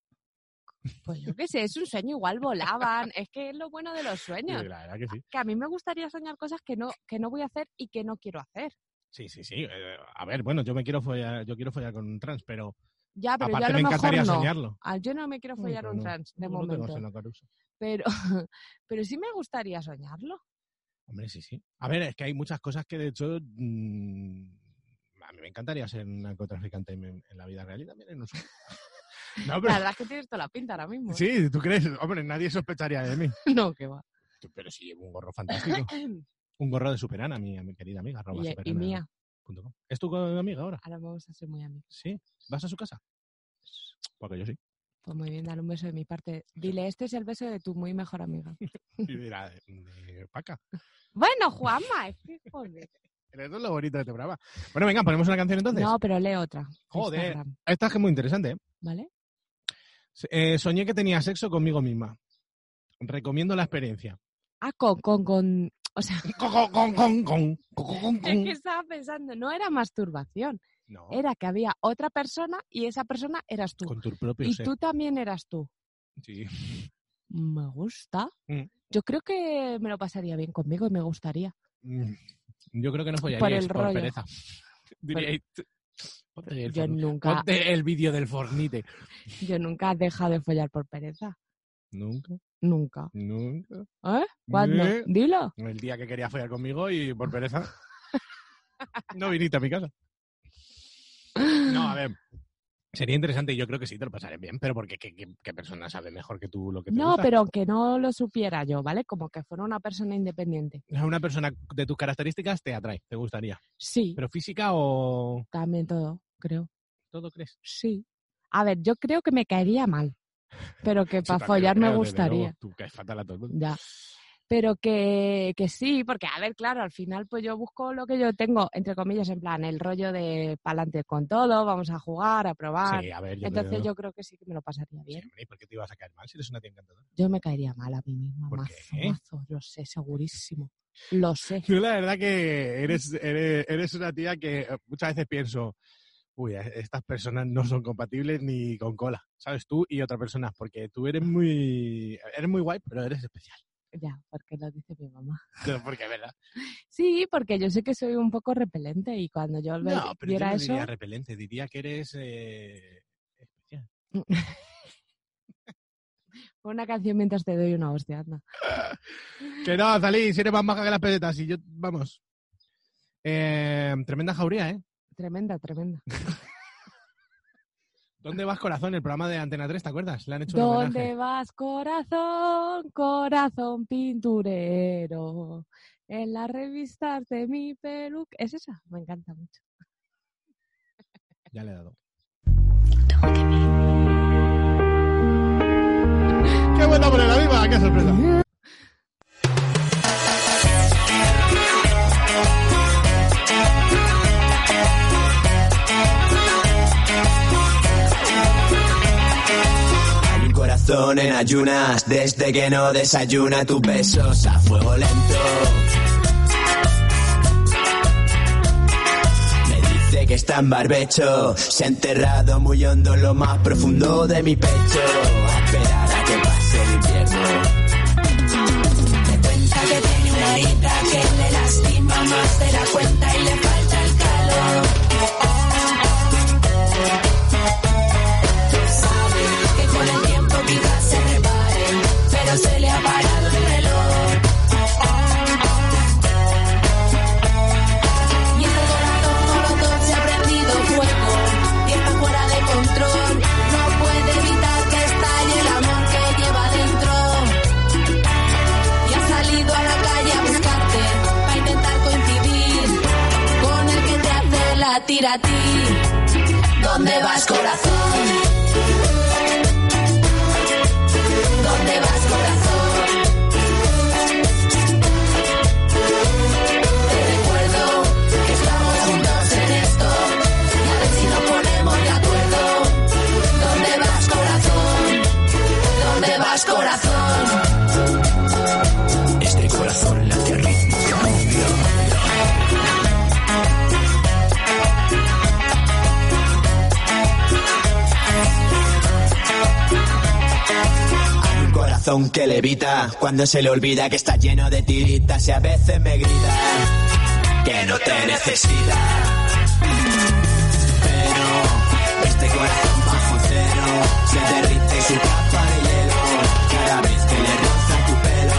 S5: Pues yo qué sé, es un sueño, igual volaban. es que es lo bueno de los
S4: Y
S5: sueños.
S4: la verdad que sí.
S5: Que a mí me gustaría soñar cosas que no, que no voy a hacer y que no quiero hacer.
S4: Sí, sí, sí. eh, a ver, bueno, yo me quiero follar, yo quiero follar con un trans, pero,
S5: Ya, Ah, pero yo
S4: aparte
S5: a
S4: me
S5: lo
S4: encantaría
S5: mejor no.
S4: soñarlo.
S5: Ah, Yo no me quiero
S4: No,
S5: follar
S4: yo
S5: un
S4: no.
S5: trans, de
S4: Yo no tengo
S5: momento.
S4: seno caruso.
S5: Pero, pero sí me gustaría soñarlo.
S4: Hombre, sí, sí. A ver, es que hay muchas cosas que de hecho mm, a mí me encantaría ser narcotraficante en, en la vida real y también en un sueño. No,
S5: La
S4: pero
S5: verdad es que tienes toda la pinta ahora mismo. ¿eh?
S4: sí, ¿tú crees? Hombre, nadie sospecharía de mí.
S5: No, que va.
S4: Tú, Pero sí llevo un gorro fantástico. Un gorro de Superana, mi, mi querida amiga. arroba
S5: Y, y
S4: superana
S5: mía,
S4: punto com. ¿Es tu amiga ahora?
S5: ahora vamos a ser muy amigos.
S4: Sí. ¿Vas a su casa? Porque yo sí.
S5: Pues muy bien, dale un beso de mi parte. Dile, este es el beso de tu muy mejor amiga.
S4: Y dirá, de paca.
S5: Bueno, Juanma, es que joder.
S4: Pero eso es lo bonito de este programa. Bueno, venga, ponemos una canción entonces.
S5: No, pero lee otra. de
S4: Joder.
S5: Instagram,
S4: Esta es que es muy interesante. ¿eh?
S5: ¿Vale?
S4: Eh, soñé que tenía sexo conmigo misma. Recomiendo la experiencia.
S5: Ah, con, con, con. O sea,
S4: Con, con, con, con, con, con, con,
S5: es que
S4: con.
S5: estaba pensando, no era masturbación,
S4: No,
S5: era que había otra persona y esa persona eras tú.
S4: con tu propio
S5: Y
S4: ser.
S5: tú también eras tú.
S4: Sí.
S5: Me gusta.
S4: Mm.
S5: Yo creo que me lo pasaría bien conmigo y me gustaría.
S4: Mm. Yo creo que no follaríais
S5: Por el
S4: por
S5: rollo.
S4: pereza. Diríais, ponte el,
S5: Yo
S4: forn-
S5: nunca,
S4: ponte el vídeo del Fornite.
S5: yo nunca he dejado de follar por pereza.
S4: Nunca,
S5: Nunca.
S4: nunca.
S5: ¿Eh? ¿Cuándo?
S4: Eh.
S5: Dilo.
S4: El día que quería follar conmigo y por pereza. no viniste a mi casa. No, a ver. Sería interesante y yo creo que sí te lo pasaré bien, pero porque qué, qué- qué persona sabe mejor que tú lo que te
S5: No,
S4: gusta?
S5: pero aunque no lo supiera yo, ¿vale? Como que fuera una persona independiente.
S4: A Una persona de tus características te atrae, te gustaría.
S5: Sí,
S4: Pero física o
S5: también todo, creo.
S4: todo crees.
S5: Sí. A ver, yo creo que me caería mal, pero que
S4: Sí,
S5: para
S4: también
S5: follar me
S4: creo, desde
S5: gustaría.
S4: luego. Tú caes fatal a todo el mundo.
S5: Ya. Pero que, que sí, porque a ver, claro, al final pues yo busco lo que yo tengo, entre comillas, en plan, el rollo de pa'lante con todo, vamos a jugar, a probar.
S4: Sí, a ver, yo
S5: Ah, Entonces
S4: creo-
S5: yo creo que sí que me lo pasaría
S4: Sí,
S5: bien.
S4: hombre, ¿y ¿Por qué te ibas a caer mal si eres una tía encantadora?
S5: Yo me caería mal a mí misma,
S4: ¿Por
S5: mazo,
S4: qué?
S5: mazo, lo sé, segurísimo. Lo sé.
S4: Yo la verdad que eres, eres, eres una tía que eh, muchas veces pienso, uy, a- estas personas no son compatibles ni con cola, ¿sabes? Tú y otra persona, porque tú eres muy, eres muy guay, pero eres especial.
S5: Ya, porque lo dice mi mamá.
S4: Pero Porque, ¿verdad?
S5: Sí, porque yo sé que soy un poco repelente Pues, y cuando yo ve-
S4: No, pero yo
S5: viera
S4: no
S5: eso,
S4: diría repelente, diría que eres eh, especial.
S5: pon una canción mientras te doy una hostia, anda.
S4: Que no, Zalí, si eres más maja que las pesetas y yo, vamos. Eh, tremenda jauría, ¿eh?
S5: Tremenda, tremenda.
S4: ¿Dónde vas, corazón? El programa de Antena 3, ¿te acuerdas? Le han hecho un homenaje.
S5: ¿Dónde vas, corazón? Corazón pinturero. En las revistas de mi peluca. ¿Es esa? Me encanta mucho.
S4: Ya le he dado. ¡Qué buena poner la viva! ¡Qué sorpresa!
S3: Hay un corazón en ayunas desde que no desayuna tus besos a fuego lento. Me dice que está en barbecho, se ha enterrado muy hondo en lo más profundo de mi pecho. A esperar a que pase el invierno. Me cuenta que tiene una herida que le lastima más de la cuenta y le falta el calor. Sabe que con el tiempo quizás se repare, pero se le ha parado el reloj. Y el corazón roto se ha prendido fuego, y está fuera de control. No puede evitar que estalle el amor que lleva dentro. Y ha salido a la calle a buscarte, para intentar coincidir con el que te hace la tira a ti. ¿Dónde vas, corazón? ¿Dónde vas, corazón? Te recuerdo que estamos juntos en esto. Y a ver si nos ponemos de acuerdo. ¿Dónde vas, corazón? ¿Dónde vas, corazón? Este corazón late al ritmo de un violín. Hay un corazón que levita cuando se le olvida que está lleno de tiritas y a veces me grita. que no te necesita. Pero este corazón bajo cero se derrite en su capa de hielo cada vez que le roza tu pelo.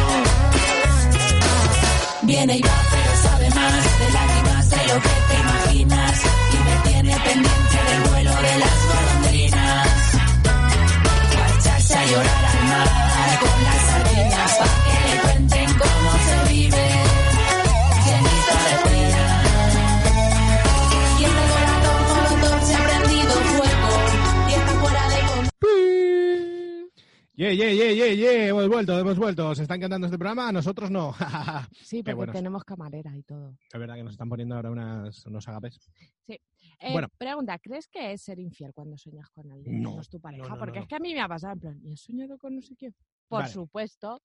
S6: Viene y va, pero sabe más de lágrimas de lo que te imaginas. Y me tiene pendiente del vuelo de las golondrinas. Marcharse a llorar al mar con las sardinas para que le cuenten cómo se vive. Llenito de pena. Y en el corazón motor se ha prendido fuego. Y está fuera de control.
S4: Yeah, yeah, yeah, yeah, yeah. Hemos vuelto, hemos vuelto. ¿Se está encantando este programa? A nosotros no. es
S5: Sí, porque
S4: buenos.
S5: tenemos camarera y todo.
S4: verdad que nos están poniendo ahora unas, unos agapes.
S5: Eh,
S4: Bueno.
S5: Pregunta, ¿crees que es ser infiel cuando sueñas con alguien?
S4: No,
S5: que es tu pareja.
S4: no, no,
S5: porque
S4: no.
S5: es que a mí me ha pasado, en plan, ¿y has soñado con no sé quién? Por
S4: Vale.
S5: supuesto,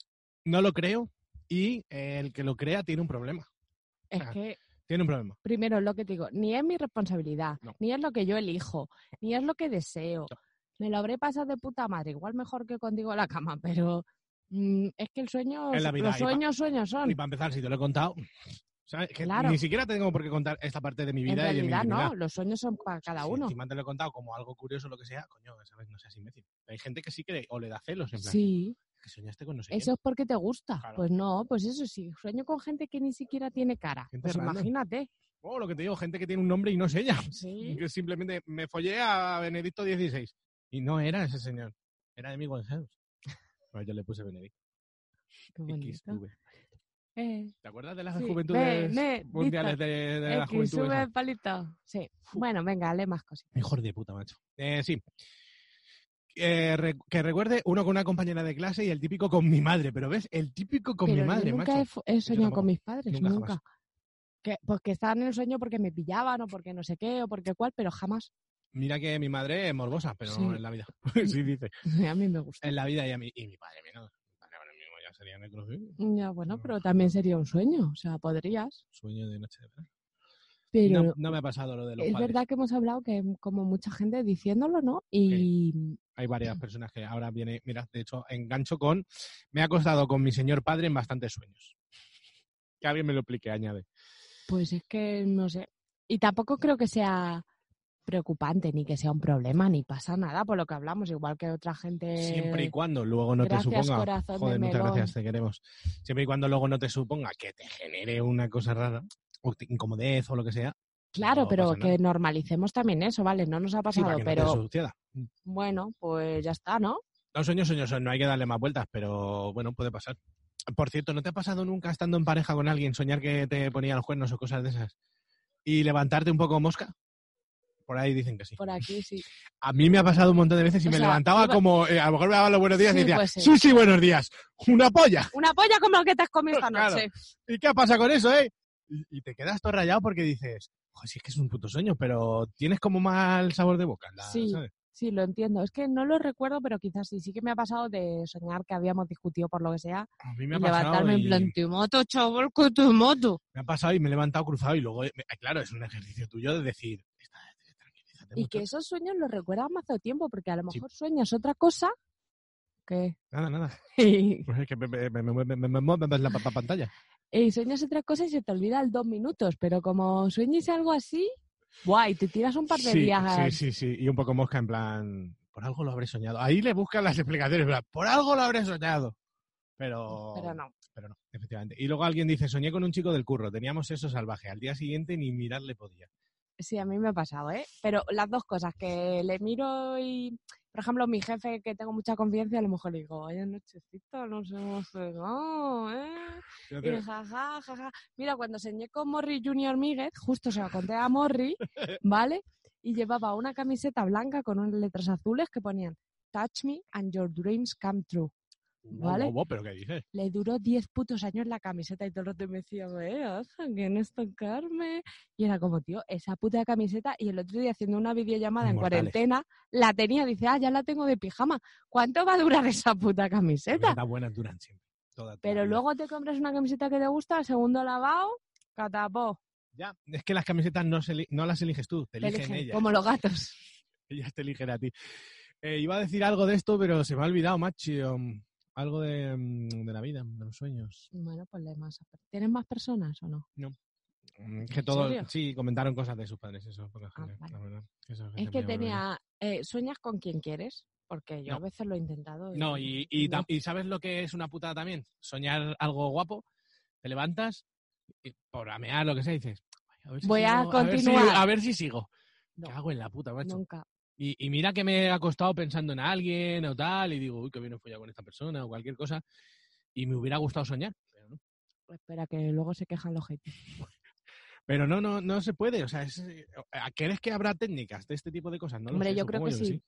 S4: No lo creo y eh, el que lo crea tiene un problema.
S5: es
S4: Ah.
S5: que
S4: Tiene un problema.
S5: primero es lo que te digo, ni es mi responsabilidad,
S4: No.
S5: ni es lo que yo elijo, ni es lo que deseo.
S4: No.
S5: Me lo habré pasado de puta madre, igual mejor que contigo en la cama, pero mm, es que el sueño,
S4: Es la vida,
S5: los
S4: y pa-
S5: sueños, sueños son.
S4: Y para empezar, si te lo he contado, ¿sabes? Que
S5: Claro.
S4: ni siquiera tengo por qué contar esta parte de mi
S5: en
S4: vida y de mi
S5: realidad
S4: intimidad.
S5: no, los sueños son para cada
S4: Si
S5: uno.
S4: encima te lo he contado como algo curioso, lo que sea, coño, ¿sabes? No seas imbécil. Hay gente que sí que le- o le da celos, en plan,
S5: Sí,
S4: que soñaste con no sé
S5: eso es porque te gusta.
S4: Claro.
S5: Pues no, pues eso sí, sueño con gente que ni siquiera tiene cara.
S4: Gente
S5: Pues
S4: random.
S5: imagínate.
S4: quién. Oh, lo que te digo, gente que tiene un nombre y no es ella.
S5: Sí.
S4: Yo simplemente me follé a Benedicto XVI. Y no era ese señor. Era de mi González. Yo le puse Benedicto.
S5: Qué bonito.
S4: XV.
S5: Eh,
S4: ¿Te acuerdas de las
S5: Sí,
S4: juventudes
S5: Benedicto.
S4: mundiales de, de la
S5: X,
S4: juventud?
S5: sube
S4: esa?
S5: el palito. Sí. Bueno, venga, lee más cositas.
S4: Mejor de puta, macho. Eh, sí. Eh, re- que recuerde uno con una compañera de clase y el típico con mi madre. Pero ves, el típico con mi
S5: Pero yo
S4: madre,
S5: nunca
S4: macho.
S5: he fu- he, soñado
S4: tampoco.
S5: con mis padres,
S4: Nunca,
S5: nunca.
S4: jamás.
S5: Que, pues que estaban en el sueño porque me pillaban o porque no sé qué o porque cuál, pero jamás.
S4: Mira que mi madre es morbosa, pero
S5: Sí.
S4: en la vida. Pues sí, dice.
S5: A mí me gusta.
S4: En la vida y a mí. Y mi padre, menos. Mi padre ahora mismo ya sería necrofil.
S5: Ya, bueno, pero también sería un sueño, o sea, podrías.
S4: Sueño de noche de verano.
S5: Pero
S4: no, no me ha pasado lo de los
S5: es
S4: padres.
S5: verdad que hemos hablado que hay como mucha gente diciéndolo, ¿no? Y
S4: Hay varias personas que ahora viene, mira, de hecho, engancho con, me ha acostado con mi señor padre en bastantes sueños. Que alguien me lo explique, añade.
S5: pues es que no sé. Y tampoco creo que sea preocupante ni que sea un problema ni pasa nada por lo que hablamos, igual que otra gente.
S4: Siempre y cuando luego no
S5: gracias,
S4: te suponga.
S5: corazón de
S4: Joder, muchas
S5: melón.
S4: gracias, te queremos. Siempre y cuando luego no te suponga que te genere una cosa rara, o te- incomodez o lo que sea.
S5: Claro,
S4: no
S5: pero
S4: pasa nada.
S5: que normalicemos también eso, ¿vale? No nos ha
S4: Sí,
S5: pasado,
S4: para que no te
S5: pero
S4: suceda.
S5: bueno, pues ya está, ¿no?
S4: No, sueños, sueños, son, no hay que darle más vueltas, pero bueno, puede pasar. Por cierto, ¿no te ha pasado nunca estando en pareja con alguien soñar que te ponían cuernos o cosas de esas? ¿Y levantarte un poco mosca? Por ahí dicen que sí.
S5: Por aquí sí.
S4: A mí me ha pasado un montón de veces y
S5: Pues
S4: me
S5: O sea,
S4: levantaba
S5: iba-
S4: como, eh, a lo mejor me daban los buenos días
S5: Sí,
S4: y decía,
S5: puede ser.
S4: sí, sí, buenos días, una polla.
S5: Una polla como la que te has comido esta
S4: Claro.
S5: noche.
S4: ¿Y qué pasa con eso, eh? Y, y te quedas todo rayado porque dices, joder, si es que es un puto sueño, pero tienes como mal sabor de boca. la-
S5: Sí.
S4: ¿sabes?
S5: Sí, lo entiendo. Es que no lo recuerdo, pero quizás sí. Sí que me ha pasado de soñar que habíamos discutido por lo que sea.
S4: A mí
S5: Y
S4: me ha pasado.
S5: levantarme en
S4: y-
S5: plan, tu moto, chaval, con tu moto.
S4: me ha pasado y me he levantado cruzado y luego, eh, claro, es un ejercicio tuyo de decir, "Está- eh, tranquilízate
S5: Y
S4: mucho".
S5: que esos sueños los recuerdas más de tiempo, porque a lo
S4: Sí.
S5: mejor sueñas otra cosa que...
S4: Nada, nada.
S5: y
S4: Pues es que me, me, me, me- me- me- me- me- me- la pa- pa- pantalla.
S5: sueñas otra cosa y se te olvida el dos minutos, pero como sueñes algo así, guay, te tiras un par de
S4: Sí,
S5: días
S4: sí, sí, sí. Y un poco mosca en plan, por algo lo habré soñado. Ahí le buscan las explicaciones, en plan, por algo lo habré soñado. Pero,
S5: Pero no.
S4: Pero no, efectivamente. Y luego alguien dice, soñé con un chico del curro, teníamos eso salvaje. Al día siguiente ni mirarle podía.
S5: Sí, a mí me ha pasado, ¿eh? Pero las dos cosas, que le miro y, por ejemplo, mi jefe, que tengo mucha confianza, a lo mejor le digo, oye, nochecita, no sé, no sé, no, ¿eh?
S4: Yo
S5: Y
S4: te-
S5: jaja, jaja. Mira, cuando soñé con Morri Junior Míguez, justo se la conté a Morri, ¿vale? Y llevaba una camiseta blanca con unas letras azules que ponían Touch me and your dreams come true.
S4: Guau,
S5: ¿vale?
S4: guau, guau, pero ¿qué dices?
S5: Le duró 10 putos años la camiseta y todo el rato me decía, vea, ¿quién es tocarme? Y era como, tío, esa puta camiseta. Y el otro día haciendo una videollamada
S4: Inmortales.
S5: en cuarentena, la tenía, dice, ah, ya la tengo de pijama. ¿Cuánto va a durar esa puta camiseta?
S4: Está buenas duran siempre. Toda tu
S5: Pero
S4: vida.
S5: luego te compras una camiseta que te gusta, al segundo lavado, catapó,
S4: Ya, es que las camisetas no, se eli- no las eliges tú, te
S5: te
S4: eligen,
S5: eligen,
S4: ellas.
S5: como los gatos.
S4: Ellas te eligen a ti. Eh, iba a decir algo de esto, pero se me ha olvidado, macho. Algo de, mm, de la vida, de los sueños.
S5: Bueno, pues le más. ¿Tienes más personas o no?
S4: Mm, Que todos,
S5: serio?
S4: sí, comentaron cosas de sus padres, eso, por la
S5: Ah,
S4: gente,
S5: vale.
S4: la verdad. Eso
S5: Es
S4: gente
S5: que
S4: mayor, la verdad.
S5: tenía... eh, ¿Sueñas con quien quieres? Porque yo
S4: No.
S5: a veces lo he intentado.
S4: No, y, y,
S5: no.
S4: tam- y ¿sabes lo que es una putada también? Soñar algo guapo, te levantas, y por amear, lo que sea, y dices... "Ay, ver
S5: Voy a
S4: sigo, ver si-
S5: continuar".
S4: A ver si, sigo.
S5: No.
S4: ¿Qué hago en la puta, macho?
S5: Nunca.
S4: Y, y mira que me he acostado pensando en alguien o tal, y digo, uy, que bien he follado con esta persona o cualquier cosa, y me hubiera gustado soñar. Pero no,
S5: Espera, que luego se quejan los haters.
S4: pero no, no, no se puede. O sea, es, eh, ¿crees que habrá técnicas de este tipo de cosas? No lo
S5: Hombre,
S4: sé,
S5: yo creo
S4: supongo
S5: que sí.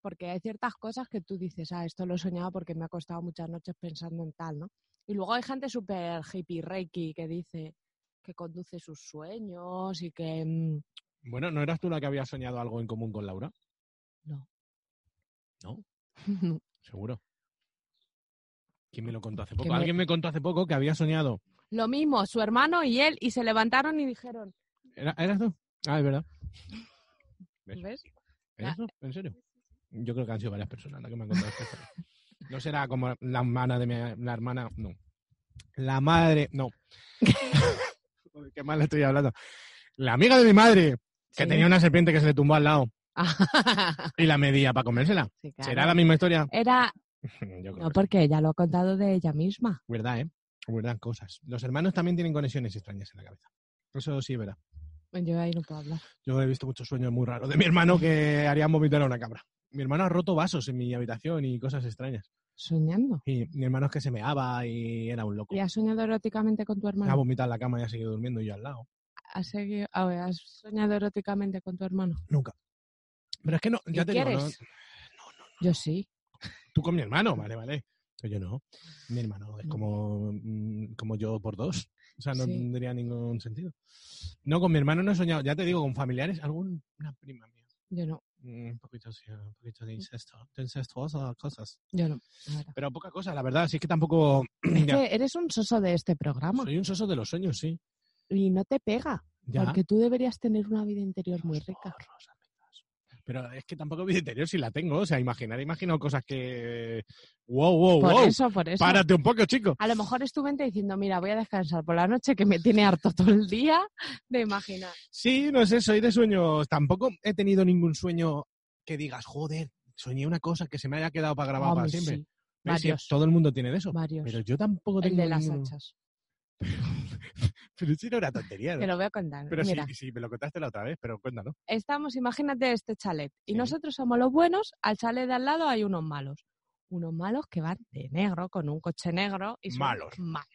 S5: Porque hay ciertas cosas que tú dices, ah, esto lo he soñado porque me ha costado muchas noches pensando en tal, ¿no? Y luego hay gente súper hippie reiki que dice que conduce sus sueños y que... mm,
S4: Bueno, ¿no eras tú la que había soñado algo en común con Laura?
S5: No.
S4: No,
S5: no.
S4: seguro. ¿Quién me lo contó hace poco?
S5: me-
S4: Alguien me contó hace poco que había soñado.
S5: Lo mismo, su hermano y él, y se levantaron y dijeron,
S4: ¿Era- ¿Eras tú? Ah, es verdad. ¿Ves?
S5: ¿ves?
S4: ¿Eras tú? ¿En serio? Yo creo que han sido varias personas las que me han contado esta historia. No será como la hermana de mi la hermana, no. La madre, no. Joder, Qué mal estoy hablando. La amiga de mi madre, que
S5: Sí.
S4: tenía una serpiente que se le tumbó al lado y la medía para comérsela.
S5: Sí,
S4: ¿Será
S5: claro.
S4: la misma historia?
S5: Era...
S4: Yo creo
S5: No,
S4: que sí.
S5: porque ella lo ha contado de ella misma.
S4: Verdad, ¿eh? Verdad, cosas. Los hermanos también tienen conexiones extrañas en la cabeza. Eso sí es verdad.
S5: Yo ahí no puedo hablar.
S4: Yo he visto muchos sueños muy raros de mi hermano que harían vomitar a una cabra. Mi hermano ha roto vasos en mi habitación y cosas extrañas.
S5: Soñando.
S4: Y mi hermano es que se meaba y era un loco.
S5: ¿Y has soñado eróticamente con tu
S4: Ha
S5: hermano?
S4: vomitado en la cama y ha seguido durmiendo y yo al lado.
S5: ¿Has, seguido- a ver, ¿Has soñado eróticamente con tu hermano?
S4: Nunca. Pero es que no, ya
S5: ¿Y
S4: te digo, no-
S5: quieres? Yo sí.
S4: tú con mi hermano, vale, vale. Pero yo no. Mi hermano es como, mm, como yo por dos. O sea, no
S5: Sí.
S4: tendría ningún sentido. No, con mi hermano no he soñado. Ya te digo, con familiares, alguna prima mía.
S5: Yo no,
S4: Mm, Un poquito, sí, un poquito
S5: Mm.
S4: de incesto. De incestuosa, cosas.
S5: yo no. la verdad.
S4: Pero poca cosa, la verdad. Así que tampoco...
S5: Es
S4: Ya.
S5: que eres un soso de este programa
S4: Soy un soso de los sueños, sí.
S5: y no te pega,
S4: Ya.
S5: porque tú deberías tener una vida interior muy rica.
S4: Porros, amigas. Pero es que tampoco mi interior si la tengo. O sea, imaginar, imagino cosas que. ¡Wow, wow,
S5: por
S4: Oh, wow!
S5: eso, por eso.
S4: ¡Párate un poco, chico!
S5: A lo mejor es tu mente diciendo, mira, voy a descansar por la noche que me tiene harto todo el día de imaginar.
S4: Sí, no sé, soy de sueños. Tampoco he tenido ningún sueño que digas, joder, soñé una cosa que se me haya quedado para grabar para
S5: Hombre,
S4: siempre.
S5: sí,
S4: ¿Ves? Sí,
S5: varios.
S4: Todo el mundo tiene de eso.
S5: varios.
S4: Pero yo tampoco
S5: el
S4: tengo
S5: de las
S4: ninguno.
S5: hachas.
S4: Pero sí, no era tontería. ¿no?
S5: Te lo voy a contar.
S4: Pero sí,
S5: mira,
S4: sí, me lo contaste la otra vez, pero cuéntalo.
S5: estamos, imagínate este chalet, y
S4: Sí.
S5: nosotros somos los buenos, al chalet de al lado hay unos malos. Unos malos que van de negro, con un coche negro, y son
S4: Malos.
S5: malos.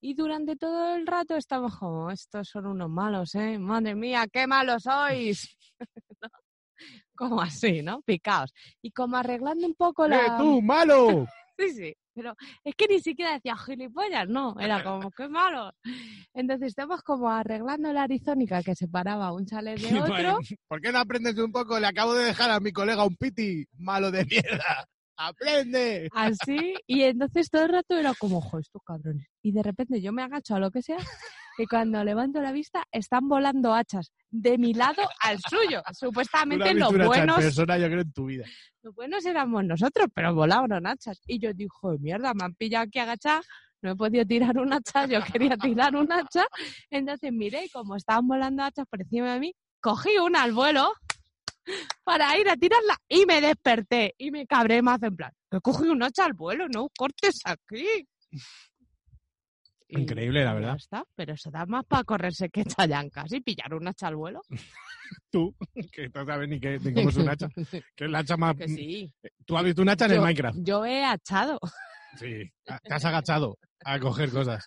S5: Y durante todo el rato estamos como, estos son unos malos, ¿eh? Madre mía, qué malos sois. ¿No? Como así, ¿no? Picaos. Y como arreglando un poco la...
S4: ¡Eh, tú, malo!
S5: Sí, sí. Pero es que ni siquiera decía gilipollas, no. Era como, qué malo. Entonces estamos como arreglando la arizónica que separaba un chalet de otro.
S4: ¿Por qué no aprendes un poco? Le acabo de dejar a mi colega un piti, malo de mierda. ¡Aprende!
S5: así, y entonces todo el rato era como, ojo, estos cabrones. Y de repente yo me agacho a lo que sea, y cuando levanto la vista, están volando hachas de mi lado al suyo. Supuestamente los buenos,
S4: persona, yo creo, en tu vida.
S5: los buenos éramos nosotros, pero volaron hachas. Y yo dije, "Joder, mierda, me han pillado aquí agachada. No he podido tirar un hacha, yo quería tirar un hacha. Entonces miré y como estaban volando hachas por encima de mí, cogí una al vuelo para ir a tirarla y me desperté y me cabré más en plan, que cogí un hacha al vuelo, no cortes aquí. Y
S4: Increíble, la
S5: ya
S4: verdad.
S5: está, pero eso da más para correrse que chayancas y pillar un hacha al vuelo.
S4: Tú, que no sabes ni, qué, ni cómo es un hacha. Que es la hacha más...
S5: que sí.
S4: Tú has visto un hacha en el
S5: Yo-
S4: Minecraft.
S5: Yo he hachado.
S4: Sí. Te has agachado a coger cosas.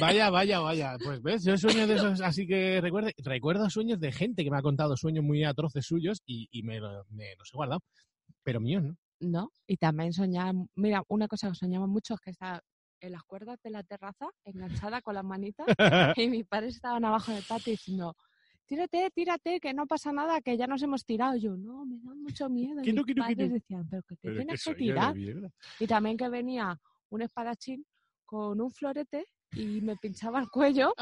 S4: Vaya, vaya, vaya. Pues ves, yo sueño de esos, así que recuerde, recuerdo sueños de gente que me ha contado sueños muy atroces suyos y, y me, lo- me los he guardado. Pero míos, ¿no?
S5: No, y también soñaba, mira, una cosa que soñaba mucho es que estaba en las cuerdas de la terraza, enganchada con las manitas, y mis padres estaban abajo del patio diciendo, tírate, tírate, que no pasa nada, que ya nos hemos tirado. Yo, no, me da mucho miedo.
S4: Que
S5: Y
S4: no,
S5: mis
S4: que no, que
S5: padres
S4: no".
S5: decían, pero que te
S4: Pero
S5: tienes
S4: qué
S5: que
S4: sueño de
S5: tirar.
S4: mierda.
S5: Y también que venía un espadachín con un florete y me pinchaba el cuello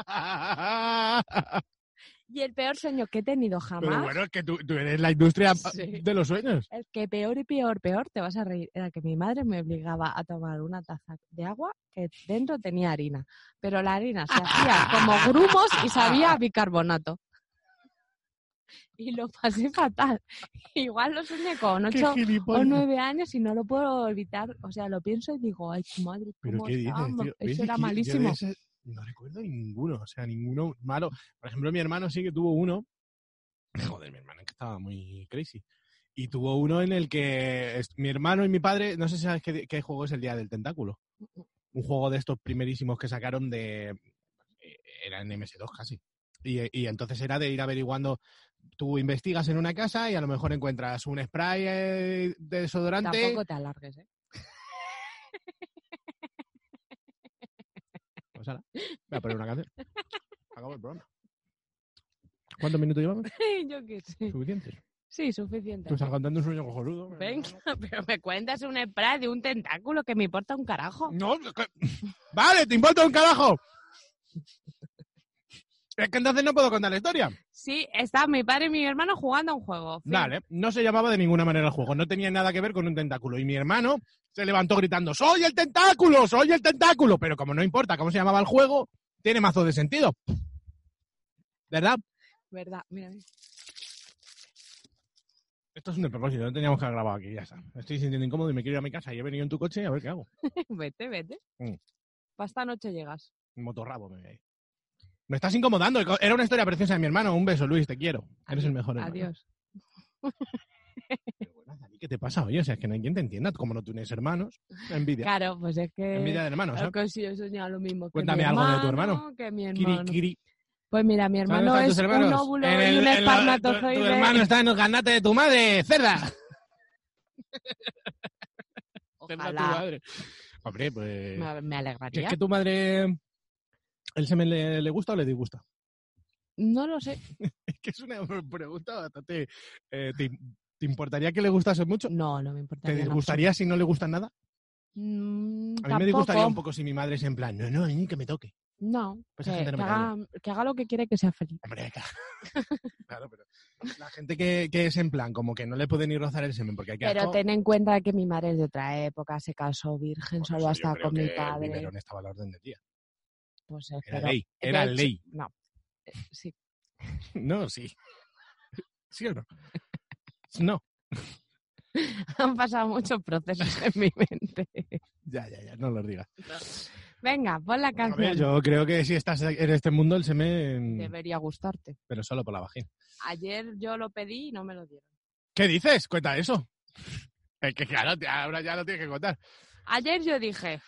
S5: Y el peor sueño que he tenido jamás.
S4: Pero bueno, es que tú, tú eres la industria
S5: Sí.
S4: de los sueños.
S5: El que peor y peor, peor, te vas a reír, era que mi madre me obligaba a tomar una taza de agua que dentro tenía harina, pero la harina se hacía como grumos y sabía a bicarbonato. Y lo pasé fatal. Igual lo soñé con
S4: ¡Qué
S5: ocho o
S4: gilipollas!
S5: nueve años y no lo puedo olvidar. O sea, lo pienso y digo, ay, madre,
S4: ¿Pero
S5: ¿cómo
S4: qué dices,
S5: estábamos?
S4: tío? ¿Ves? Es
S5: Eso
S4: que
S5: era
S4: yo- yo de
S5: malísimo.
S4: ese no recuerdo ninguno, o sea, ninguno malo. Por ejemplo, mi hermano sí que tuvo uno. Joder, mi hermano es que estaba muy crazy. Y tuvo uno en el que es- mi hermano y mi padre, no sé si sabes qué, qué juego es el Día del Tentáculo. Un juego de estos primerísimos que sacaron de... eh, Era en MS2 casi. Y, eh, y entonces era de ir averiguando, tú investigas en una casa y a lo mejor encuentras un spray eh, de desodorante.
S5: Tampoco te alargues, ¿eh?
S4: Pues ahora, voy a poner una canción. Acabo el programa. ¿Cuántos minutos llevamos?
S5: Yo qué sé.
S4: Suficientes.
S5: Sí, suficiente.
S4: Tú estás contando un sueño cojonudo.
S5: Venga, pero me cuentas un spray de un tentáculo que me importa un carajo.
S4: No, es que- vale, te importa un carajo. Es que entonces no puedo contar la historia.
S5: Sí, estaban mi padre y mi hermano jugando a un juego. Fin.
S4: Vale, no se llamaba de ninguna manera el juego, no tenía nada que ver con un tentáculo. Y mi hermano se levantó gritando, ¡Soy el tentáculo! ¡Soy el tentáculo! Pero como no importa cómo se llamaba el juego, tiene mazo de sentido. ¿Verdad?
S5: Verdad, mira. mira.
S4: Esto es un propósito, no teníamos que haber grabado aquí, ya está. Me estoy sintiendo incómodo y me quiero ir a mi casa y he venido en tu coche a ver qué hago.
S5: Vete, vete.
S4: Mm.
S5: Pa' esta noche llegas.
S4: Un motorrabo me voy a ir. Me estás incomodando, era una historia preciosa de mi hermano. Un beso, Luis, te quiero. Eres el mejor hermano.
S5: Adiós.
S4: Pero bueno, Dani, ¿Qué te pasa hoy? O sea, es que no hay quien te entienda. Como no tienes hermanos, envidia.
S5: Claro, pues es
S4: Envidia
S5: que.
S4: de hermanos, ¿eh?
S5: que sí, he soñado lo mismo. que
S4: Cuéntame
S5: mi
S4: algo de tu
S5: Que mi eh, hermano.
S4: Kiri, kiri.
S5: Pues mira, mi hermano
S4: ¿Dónde están
S5: es
S4: tus
S5: un
S4: hermanos?
S5: óvulo
S4: En
S5: y
S4: el-
S5: un
S4: en la- tu-
S5: espermatozoide.
S4: Tu hermano está en los ganates de tu madre, cerda. Cerda tu
S5: Ojalá.
S4: madre. Hombre, pues...
S5: Me, me
S4: ¿que
S5: alegraría.
S4: ¿Es que tu madre... ¿El semen le, le gusta o le disgusta?
S5: No lo sé.
S4: Es que es una pregunta bastante... eh, ¿te, te importaría que le gustase mucho?
S5: No, no me importa.
S4: ¿Te disgustaría si no le gusta nada?
S5: Mm,
S4: A mí me disgustaría un poco si mi madre es en plan, no, no, ni que me toque.
S5: No,
S4: Pues
S5: que,
S4: esa gente no
S5: que
S4: me
S5: haga, que haga lo que quiere que sea feliz.
S4: Hombre, claro. claro, pero la gente que, que es en plan, como que no le puede ni rozar el semen, porque hay que
S5: Pero ten en cuenta que mi madre es de otra época, se casó virgen, solo
S4: pues
S5: hasta con mi
S4: El
S5: padre.
S4: biberón estaba a la orden del día.
S5: Pues
S4: Era
S5: espero-
S4: ley,
S5: de
S4: era
S5: hecho-
S4: ley.
S5: No. Eh, Sí,
S4: No, sí. ¿Sí o no? No.
S5: han pasado muchos procesos en mi mente.
S4: Ya, ya, ya, no lo digas.
S5: Venga, pon la
S4: A ver,
S5: canción.
S4: yo creo que si estás en este mundo, el semen,
S5: Debería gustarte.
S4: pero solo por la vagina.
S5: Ayer yo lo pedí y no me lo dieron.
S4: ¿Qué dices? Cuenta eso. Es que claro, te- ahora ya lo tienes que contar.
S5: Ayer yo dije,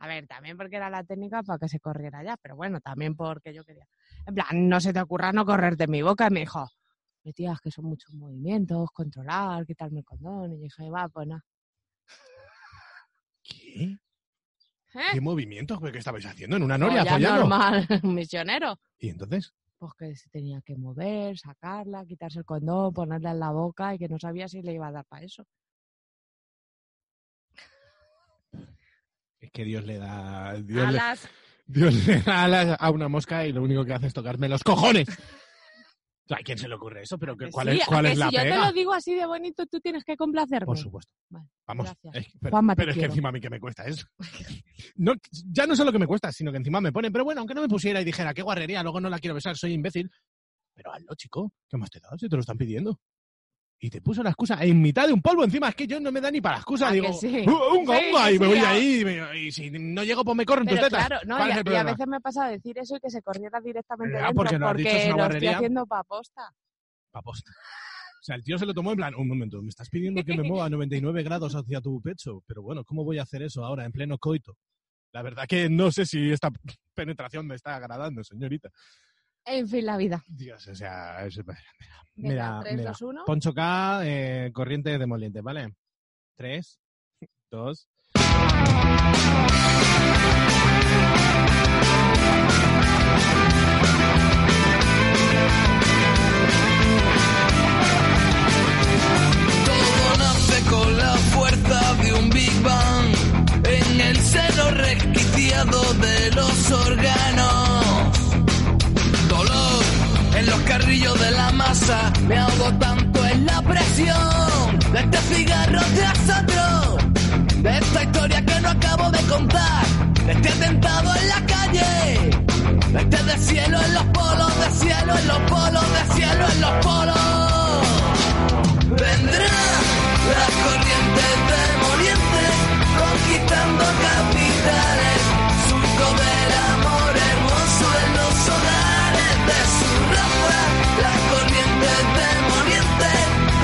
S5: a ver, también porque era la técnica para que se corriera ya, pero bueno, también porque yo quería. En plan, no se te ocurra no correr de mi boca. Y me dijo, "Pero tía, es que son muchos movimientos, controlar, quitarme el condón. Y yo dije, va, pues nada.
S4: ¿Qué?
S5: ¿Eh?
S4: ¿Qué movimientos que estabais haciendo en una noria?
S5: Pues ya
S4: follando?
S5: normal, un misionero.
S4: ¿Y entonces?
S5: Pues que se tenía que mover, sacarla, quitarse el condón, ponerla en la boca y que no sabía si le iba a dar para eso.
S4: Es que Dios le da... Dios le,
S5: Alas,
S4: Dios le da alas a una mosca y lo único que hace es tocarme los cojones. ¿A quién se le ocurre eso? ¿Pero que-
S5: que
S4: cuál
S5: sí,
S4: es,
S5: a
S4: cuál
S5: que
S4: es la
S5: si yo te
S4: pega?
S5: lo digo así de bonito, tú tienes que complacerme.
S4: Por supuesto.
S5: Vale,
S4: Vamos.
S5: gracias.
S4: es que- pero
S5: Juanma, te
S4: pero es que
S5: quiero.
S4: encima a mí que me cuesta eso. No, ya no sé lo que me cuesta, sino que encima me ponen. Pero bueno, aunque no me pusiera y dijera, qué guarrería, luego no la quiero besar, soy imbécil. Pero hazlo, chico. ¿Qué más te da si te lo están pidiendo? Y te puso la excusa en mitad de un polvo encima. Es que yo no me da ni para la excusa.
S5: ¿A
S4: Digo,
S5: Ah, que sí?
S4: "Uh, unga,
S5: Sí,
S4: unga",
S5: sí,
S4: y me
S5: sí,
S4: voy
S5: a-
S4: ahí. Y, me- y si no llego, pues me corren tus
S5: Pero
S4: tetas.
S5: claro, no,
S4: ¿Cuál
S5: y,
S4: es el
S5: a, y a
S4: problema?
S5: veces me pasa decir eso y que se corriera directamente
S4: Ya,
S5: dentro
S4: porque
S5: porque,
S4: lo has dicho, es una
S5: lo estoy
S4: guarrería.
S5: haciendo pa' posta.
S4: Paposta. O sea, el tío se lo tomó en plan, un momento, me estás pidiendo que me mueva 99 grados hacia tu pecho, pero bueno, ¿cómo voy a hacer eso ahora en pleno coito? La verdad que no sé si esta penetración me está agradando, señorita.
S5: En fin, la vida.
S4: Dios, o sea, es-
S5: Venga,
S4: Mira,
S5: 3,
S4: mira.
S5: 2, 1.
S4: Poncho K, eh, corriente demoliente, ¿vale? Tres, dos.
S1: Todo nace con la fuerza de un Big Bang en el seno resquiciado de los órganos. Dolor en los Pongo tanto en la presión de este cigarro tras otro, de esta historia que no acabo de contar, de este atentado en la calle, de este de cielo en los polos, de cielo en los polos, de cielo en los polos. Vendrán las corrientes del oriente conquistando capitales. Surco del amor hermoso en los hogares de su raza. Las corrientes del oriente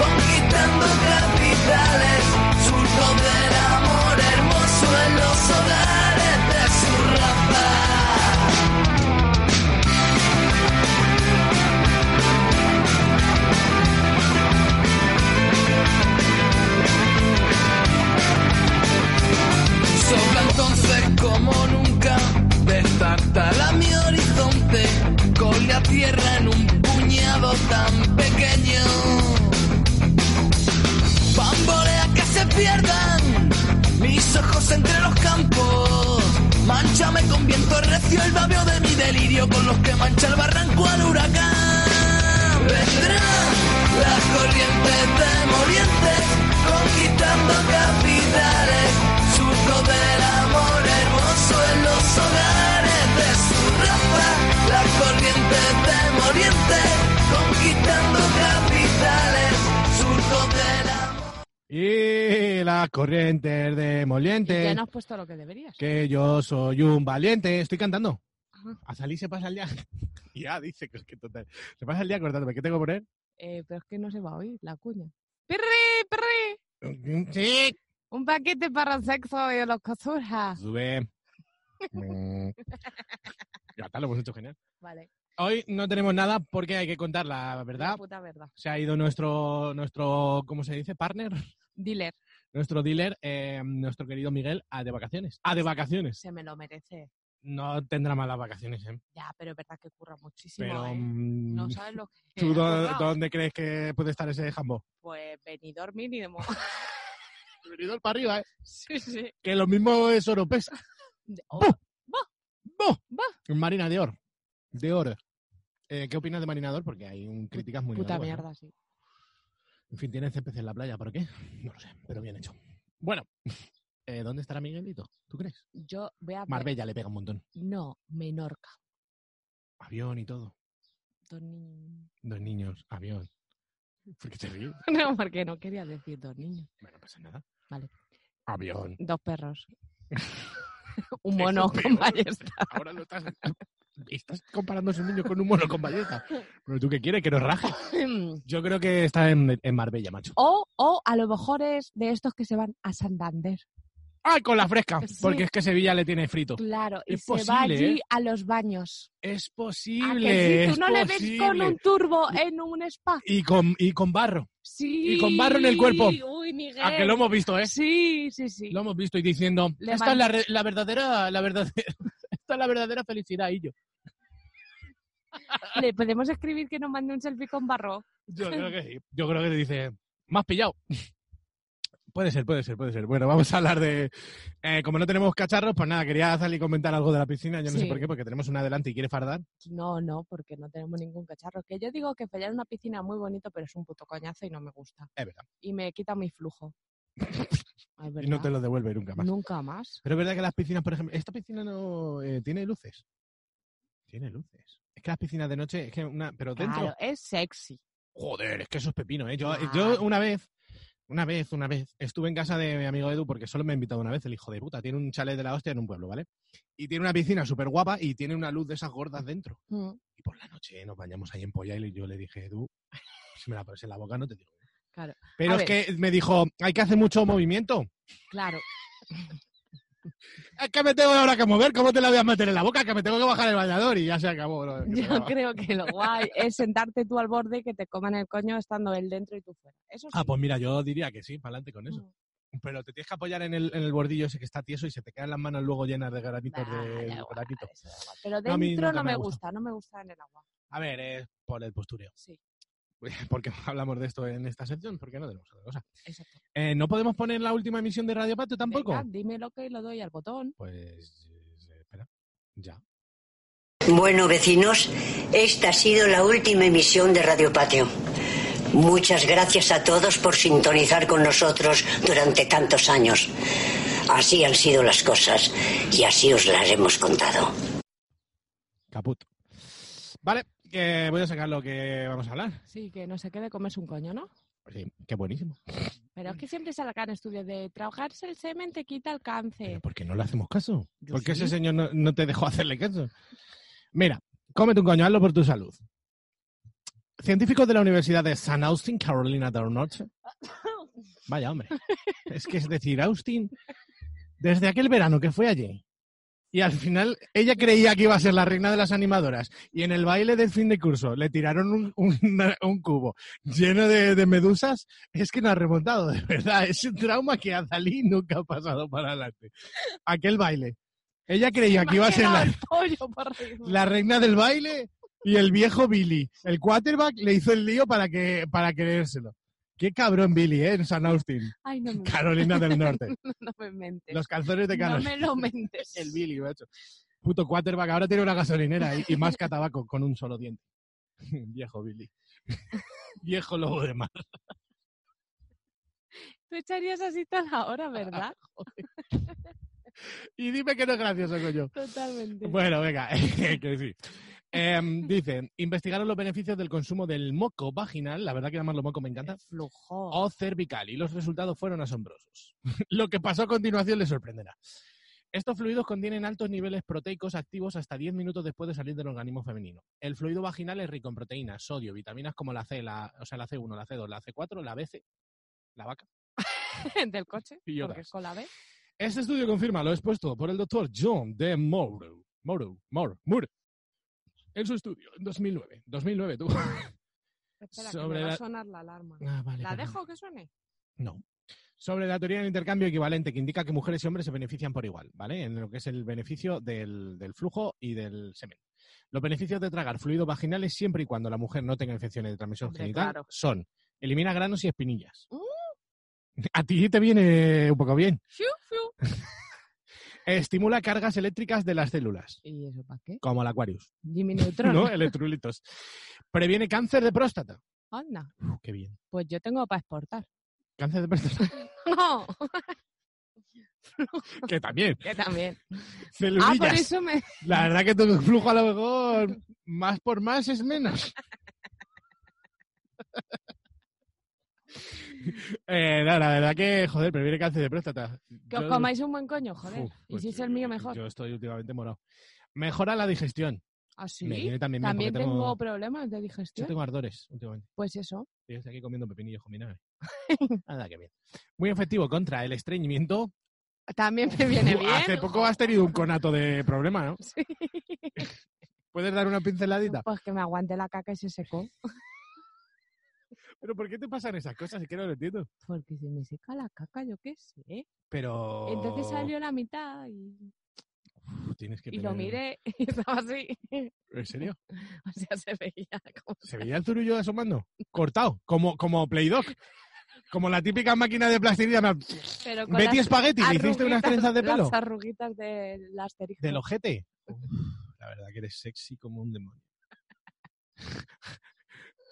S1: conquistando capitales. Surco del amor hermoso en los hogares de su raza. Sopla entonces como nunca, destartala mi horizonte, con la tierra en un puñado tan pequeño. Bambolea que se pierdan mis ojos entre los campos, manchame con viento recio el babio de mi delirio con los que mancha el barranco al huracán. Vendrán las corrientes del oriente, conquistando capitales, surco del amor hermoso en los hogares de su raza, las corrientes del oriente, conquistando capitales, surco del amor.
S4: Y las corrientes
S5: Y ya
S4: demolientes.
S5: no has puesto lo que deberías.
S4: Que yo soy un valiente. Estoy cantando.
S5: Ajá.
S4: A salir se pasa el día. ya dice que, que total. Se pasa el día acordándome. ¿Qué tengo que poner?
S5: Eh, pero es que no se va a oír la cuña. ¡Pirri, pirri!
S4: Sí.
S5: Un paquete para el sexo y los cosuras.
S4: Sube. Mm. ya está, lo hemos hecho genial.
S5: Vale.
S4: Hoy no tenemos nada porque hay que contar la
S5: La
S4: verdad.
S5: puta verdad.
S4: Se ha ido nuestro, nuestro ¿cómo se dice? Partner.
S5: Dealer,
S4: Nuestro dealer, eh, nuestro querido Miguel, a de vacaciones. A de vacaciones.
S5: se me lo merece.
S4: No tendrá malas vacaciones, ¿eh?
S5: Ya, pero es verdad que curra muchísimo.
S4: Pero...
S5: ¿eh?
S4: mm,
S5: No sabes lo que.
S4: ¿Tú dó-
S5: ha currado.
S4: dónde crees que puede estar ese jambo?
S5: Pues venidor mínimo.
S4: para arriba, ¿eh?
S5: sí, sí.
S4: Que lo mismo es oro pesa.
S5: De- oh,
S4: ¡Boh!
S5: ¡Boh!
S4: Marina de Or. De Or. Eh, ¿Qué opinas de Marina de Or? Porque hay un, críticas muy ¿eh?
S5: puta
S4: negativas, ¿no?
S5: mierda, sí.
S4: En fin, tiene CPC en la playa, ¿por qué? No lo sé, pero bien hecho. Bueno, eh, ¿dónde estará Miguelito? ¿Tú crees?
S5: Yo voy a. ver-
S4: Marbella le pega un montón.
S5: No, Menorca.
S4: Avión y todo.
S5: Dos niños.
S4: Dos niños, avión. ¿Por qué te ríes?
S5: No, porque no quería decir dos niños.
S4: Bueno, pasa nada.
S5: Vale.
S4: Avión.
S5: Dos perros. Un mono
S4: Eso es
S5: con
S4: peor.
S5: ballesta.
S4: Ahora lo estás... Estás comparando a un niño con un mono con ballesta. Pero tú qué quieres, que nos raje. Yo creo que está en, en Marbella, macho.
S5: O, o a lo mejor es de estos que se van a Santander.
S4: ¡Ay, con la fresca!
S5: Sí.
S4: Porque es que Sevilla le tiene frito.
S5: Claro, y
S4: Es
S5: se va
S4: posible,
S5: allí
S4: ¿eh?
S5: a los baños.
S4: Es
S5: ¿A que
S4: posible.
S5: sí?
S4: es
S5: tú no le ves con
S4: posible.
S5: un turbo en un spa.
S4: Y con, y con barro.
S5: Sí.
S4: y con barro en el cuerpo.
S5: Uy, Miguel.
S4: A que lo hemos visto, ¿eh?
S5: Sí, sí, sí.
S4: Lo hemos visto y diciendo,
S5: Le
S4: esta
S5: van-
S4: es la, re- la verdadera, la verdadera, esta es la verdadera felicidad, y yo.
S5: Le podemos escribir que nos mande un selfie con barro.
S4: Yo creo que sí. Yo creo que te dice, más pillado. Puede ser, puede ser, puede ser. Bueno, vamos a hablar de... eh, como no tenemos cacharros, pues nada, quería salir y comentar algo de la piscina. Yo no sé
S5: Sí.
S4: por qué, porque tenemos una adelante y quiere fardar.
S5: No, no, porque no tenemos ningún cacharro. Que yo digo que fallar en una piscina es muy bonito, pero es un puto coñazo y no me gusta.
S4: Es verdad.
S5: Y me quita mi flujo. Es
S4: Y no te
S5: verdad.
S4: lo devuelve nunca más.
S5: Nunca más.
S4: Pero es verdad que las piscinas, por ejemplo, esta piscina no eh, tiene luces. Tiene luces. Es que las piscinas de noche, es que una, pero dentro.
S5: Claro, es sexy.
S4: Joder, es que eso es pepino, ¿eh? Yo,
S5: Claro.
S4: yo una vez, una vez, una vez, estuve en casa de mi amigo Edu porque solo me ha invitado una vez, el hijo de puta. Tiene un chalet de la hostia en un pueblo, ¿vale? Y tiene una piscina súper guapa y tiene una luz de esas gordas dentro.
S5: Mm,
S4: Y por la noche nos bañamos ahí en polla y yo le dije, Edu, si me la pones en la boca no te digo.
S5: Claro.
S4: Pero
S5: A
S4: es
S5: ver.
S4: que me dijo, hay que hacer mucho movimiento.
S5: Claro.
S4: Es que me tengo ahora que mover, ¿cómo te la voy a meter en la boca? Que me tengo que bajar el bañador y ya se acabó. lo que se
S5: Yo
S4: acaba.
S5: creo que lo guay es sentarte tú al borde y que te coman el coño estando él dentro y tú fuera. Eso sí.
S4: Ah, pues mira, yo diría que sí, para adelante con eso.
S5: Mm.
S4: Pero te tienes que apoyar en el, en el bordillo ese que está tieso y se te quedan las manos luego llenas de granitos
S5: Nah,
S4: de
S5: da
S4: de
S5: igual,
S4: chocolatito.
S5: eso da igual. Pero
S4: No, a mí
S5: dentro
S4: nunca
S5: no
S4: me
S5: me
S4: ha
S5: gusta, no me gusta en el agua.
S4: A ver, es por el postureo.
S5: Sí,
S4: Porque hablamos de esto en esta sección, porque no tenemos otra cosa.
S5: exacto.
S4: Eh, ¿No podemos poner la última emisión de Radio Patio tampoco?
S5: Venga, dime lo que y lo doy al botón.
S4: Pues eh, espera. Ya.
S7: Bueno, vecinos, esta ha sido la última emisión de Radio Patio. Muchas gracias a todos por sintonizar con nosotros durante tantos años. Así han sido las cosas y así os las hemos contado.
S4: Caput. Vale, eh, voy a sacar lo que vamos a hablar. Pues
S5: Sí, que no se quede comerse un coño, ¿no?
S4: Sí, qué buenísimo.
S5: Pero es que siempre sacan estudios de trabajarse el semen te quita el
S4: Pero
S5: cáncer.
S4: ¿por qué no le hacemos caso?
S5: Yo
S4: ¿Por qué
S5: sí.
S4: ese señor no, no te dejó hacerle caso? Mira, cómete un coño, hazlo por tu salud. Científicos de la Universidad de San Austin, Carolina del Norte. Vaya, hombre. Es que es decir, Austin, desde aquel verano que fue allí, y al final ella creía que iba a ser la reina de las animadoras, y en el baile del fin de curso le tiraron un, un- un cubo lleno de, de medusas, es que no ha remontado, de verdad. Es un trauma que a Dalí nunca ha pasado para adelante. Aquel baile. Ella creía que iba a ser
S5: Imagina
S4: la,
S5: el pollo por arriba.
S4: la reina del baile y el viejo Billy. El quarterback le hizo el lío para, que, para creérselo. Qué cabrón Billy, ¿eh? En San Austin,
S5: Ay, no me,
S4: Carolina del Norte.
S5: no me mentes.
S4: Los calzones de
S5: no
S4: Carolina.
S5: me lo mentes.
S4: El Billy, macho. Puto quarterback, ahora tiene una gasolinera y, y masca tabaco con un solo diente. viejo Billy. viejo lobo de mar.
S5: Tú echarías así tan ahora, ¿verdad?
S4: Y dime que no es gracioso, coño.
S5: Totalmente.
S4: Bueno, venga, que sí. Em, dice, investigaron los beneficios del consumo del moco vaginal, la verdad que llamarlo moco me encanta,
S5: Flujo.
S4: o cervical, y los resultados fueron asombrosos. Lo que pasó a continuación les sorprenderá. Estos fluidos contienen altos niveles proteicos activos hasta 10 minutos después de salir del organismo femenino. El fluido vaginal es rico en proteínas, sodio, vitaminas como la C, la, o sea, la C1, la C2, la C4, la BC, la vaca.
S5: Del coche.
S4: Y yo
S5: Porque
S4: das.
S5: es con la B.
S4: Este estudio confirma lo expuesto por el doctor John de Morrow, Morrow, Moore, Moore, en su estudio en 2009. 2009 tú.
S5: Espera,
S4: Sobre
S5: que me va
S4: la-
S5: a sonar la alarma.
S4: Ah, vale,
S5: ¿La
S4: perdón.
S5: dejo que suene?
S4: No. Sobre la teoría del intercambio equivalente, que indica que mujeres y hombres se benefician por igual, ¿vale? En lo que es el beneficio del, del flujo y del semen. Los beneficios de tragar fluidos vaginales siempre y cuando la mujer no tenga infecciones de transmisión
S5: Hombre,
S4: genital
S5: claro.
S4: son elimina granos y espinillas.
S5: Mm.
S4: A ti te viene un poco bien.
S5: Fiu, fiu.
S4: Estimula cargas eléctricas de las células,
S5: ¿Y eso para qué?
S4: como el Aquarius,
S5: Jimmy Neutron.
S4: ¿no? Electrolitos. Previene cáncer de próstata.
S5: Anda,
S4: Uf, qué bien.
S5: pues yo tengo para exportar.
S4: Cáncer de próstata,
S5: No,
S4: que también.
S5: que también. Ah, por
S4: Celulillas.
S5: eso me...
S4: La verdad que tu flujo a lo mejor más por más es menos. Eh, no, la verdad que, joder, previene cáncer de próstata.
S5: Que os
S4: Yo-
S5: comáis un buen coño, joder.
S4: Uf,
S5: y
S4: pues
S5: si es
S4: yo-
S5: el mío, mejor.
S4: Yo estoy últimamente morado. Mejora la digestión.
S5: ¿Ah,
S4: Me
S5: sí?
S4: viene también bien
S5: También
S4: porque
S5: tengo... ¿Eh?
S4: tengo,
S5: problemas de
S4: yo
S5: digestión.
S4: tengo ardores últimamente.
S5: Pues eso.
S4: Yo estoy aquí comiendo pepinillos con vinagre. Nada, que eh. bien. Muy efectivo contra el estreñimiento.
S5: También me viene
S4: Tú,
S5: bien.
S4: Hace poco has tenido un conato de problema, ¿no?
S5: Sí.
S4: ¿Puedes dar una pinceladita?
S5: Pues que me aguante la caca y se secó.
S4: ¿Pero por qué te pasan esas cosas? Es que no lo entiendo.
S5: Porque si me seca la caca, yo qué sé.
S4: Pero.
S5: Entonces salió la mitad y,
S4: Uf, tienes Oh. que
S5: y lo
S4: tener-
S5: miré y estaba así.
S4: ¿En serio?
S5: O sea, se veía como...
S4: ¿Se veía el zurullo asomando? Cortado, como, como Playdoc. Como la típica máquina de plastilina. me-
S5: Pero con
S4: Betty
S5: las
S4: Spaghetti, ¿le hiciste unas
S5: arruguitas-
S4: trenzas de pelo?
S5: Las arruguitas del asterisco.
S4: Del ojete. Uf, la verdad que eres sexy como un demonio.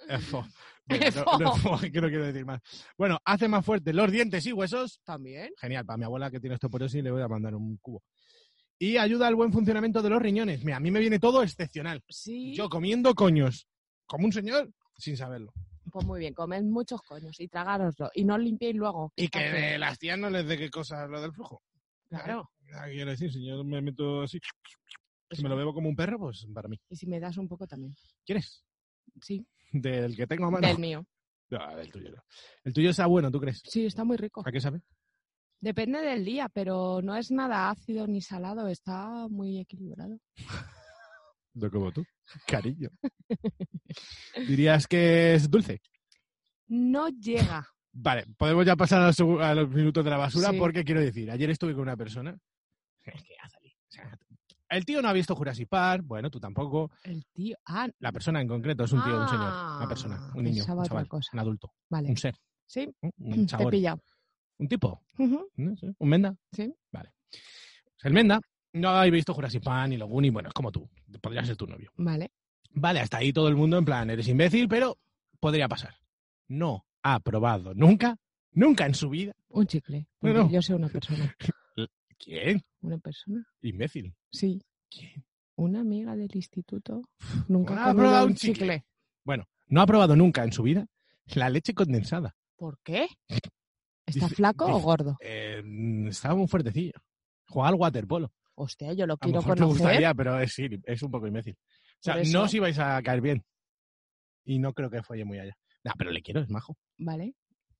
S4: Efo. Mira, no- no, que no quiero decir más. Bueno, hace más fuerte los dientes y huesos.
S5: También.
S4: Genial, para mi abuela que tiene osteoporosis le voy a mandar un cubo. Y ayuda al buen funcionamiento de los riñones. Mira, a mí me viene todo excepcional.
S5: Sí.
S4: Yo comiendo coños, como un señor, sin saberlo.
S5: Pues muy bien, comed muchos coños y tragároslo. Y no os limpiéis luego.
S4: Y que
S5: Porque-
S4: de las tías no les dé qué cosa lo del flujo.
S5: Claro.
S4: Ah, Quiero decir, si yo me meto así, si me lo bebo como un perro, pues para mí.
S5: Y si me das un poco también.
S4: ¿Quieres?
S5: Sí,
S4: Del que tengo a mano.
S5: del mío.
S4: No, del tuyo no. El tuyo está bueno, ¿tú crees?
S5: Sí, está muy rico.
S4: ¿A qué sabe?
S5: Depende del día, pero no es nada ácido ni salado, está muy equilibrado.
S4: No como tú. Cariño. ¿Dirías que es dulce?
S5: No llega.
S4: Vale, podemos ya pasar a los, segu- a los minutos de la basura
S5: Sí.
S4: porque quiero decir, ayer estuve con una persona. Es que ya salí. O sea, el tío no ha visto Jurassic Park, bueno, tú tampoco.
S5: El tío. Ah,
S4: La persona en concreto es un tío, un señor, una
S5: Ah,
S4: persona, un niño,
S5: pensaba
S4: un
S5: otra
S4: chaval,
S5: cosa.
S4: un adulto,
S5: vale.
S4: un ser,
S5: Sí,
S4: ¿no? un
S5: mm, te he
S4: chabón,
S5: pillado.
S4: un tipo,
S5: Ujú.
S4: ¿no? Sí, un menda.
S5: Sí.
S4: Vale. Pues El menda no habéis visto Jurassic Park ni los Goonies, bueno, es como tú, podría ser tu novio.
S5: Vale.
S4: Vale, hasta ahí todo el mundo en plan, eres imbécil, pero podría pasar. no ha probado nunca, nunca en su vida.
S5: Un chicle.
S4: No,
S5: Porque
S4: no.
S5: Yo soy una persona.
S4: ¿Quién?
S5: ¿Una persona?
S4: Imbécil.
S5: Sí.
S4: ¿Quién?
S5: Una amiga del instituto nunca
S4: Ah,
S5: ha comido
S4: probado
S5: un
S4: un chicle.
S5: chicle.
S4: Bueno, no ha probado nunca en su vida la leche condensada.
S5: ¿Por qué? ¿Está
S4: Dice-
S5: flaco o
S4: dice-
S5: gordo?
S4: Eh, mm, estaba muy fuertecillo. Jugaba al waterpolo.
S5: Hostia, yo lo
S4: A lo
S5: quiero
S4: mejor te
S5: conocer.
S4: gustaría, pero es, sí, es un poco imbécil. O sea,
S5: Por eso.
S4: no os ibais a caer bien. Y no creo que folle muy allá. No, pero le quiero, es majo.
S5: Vale,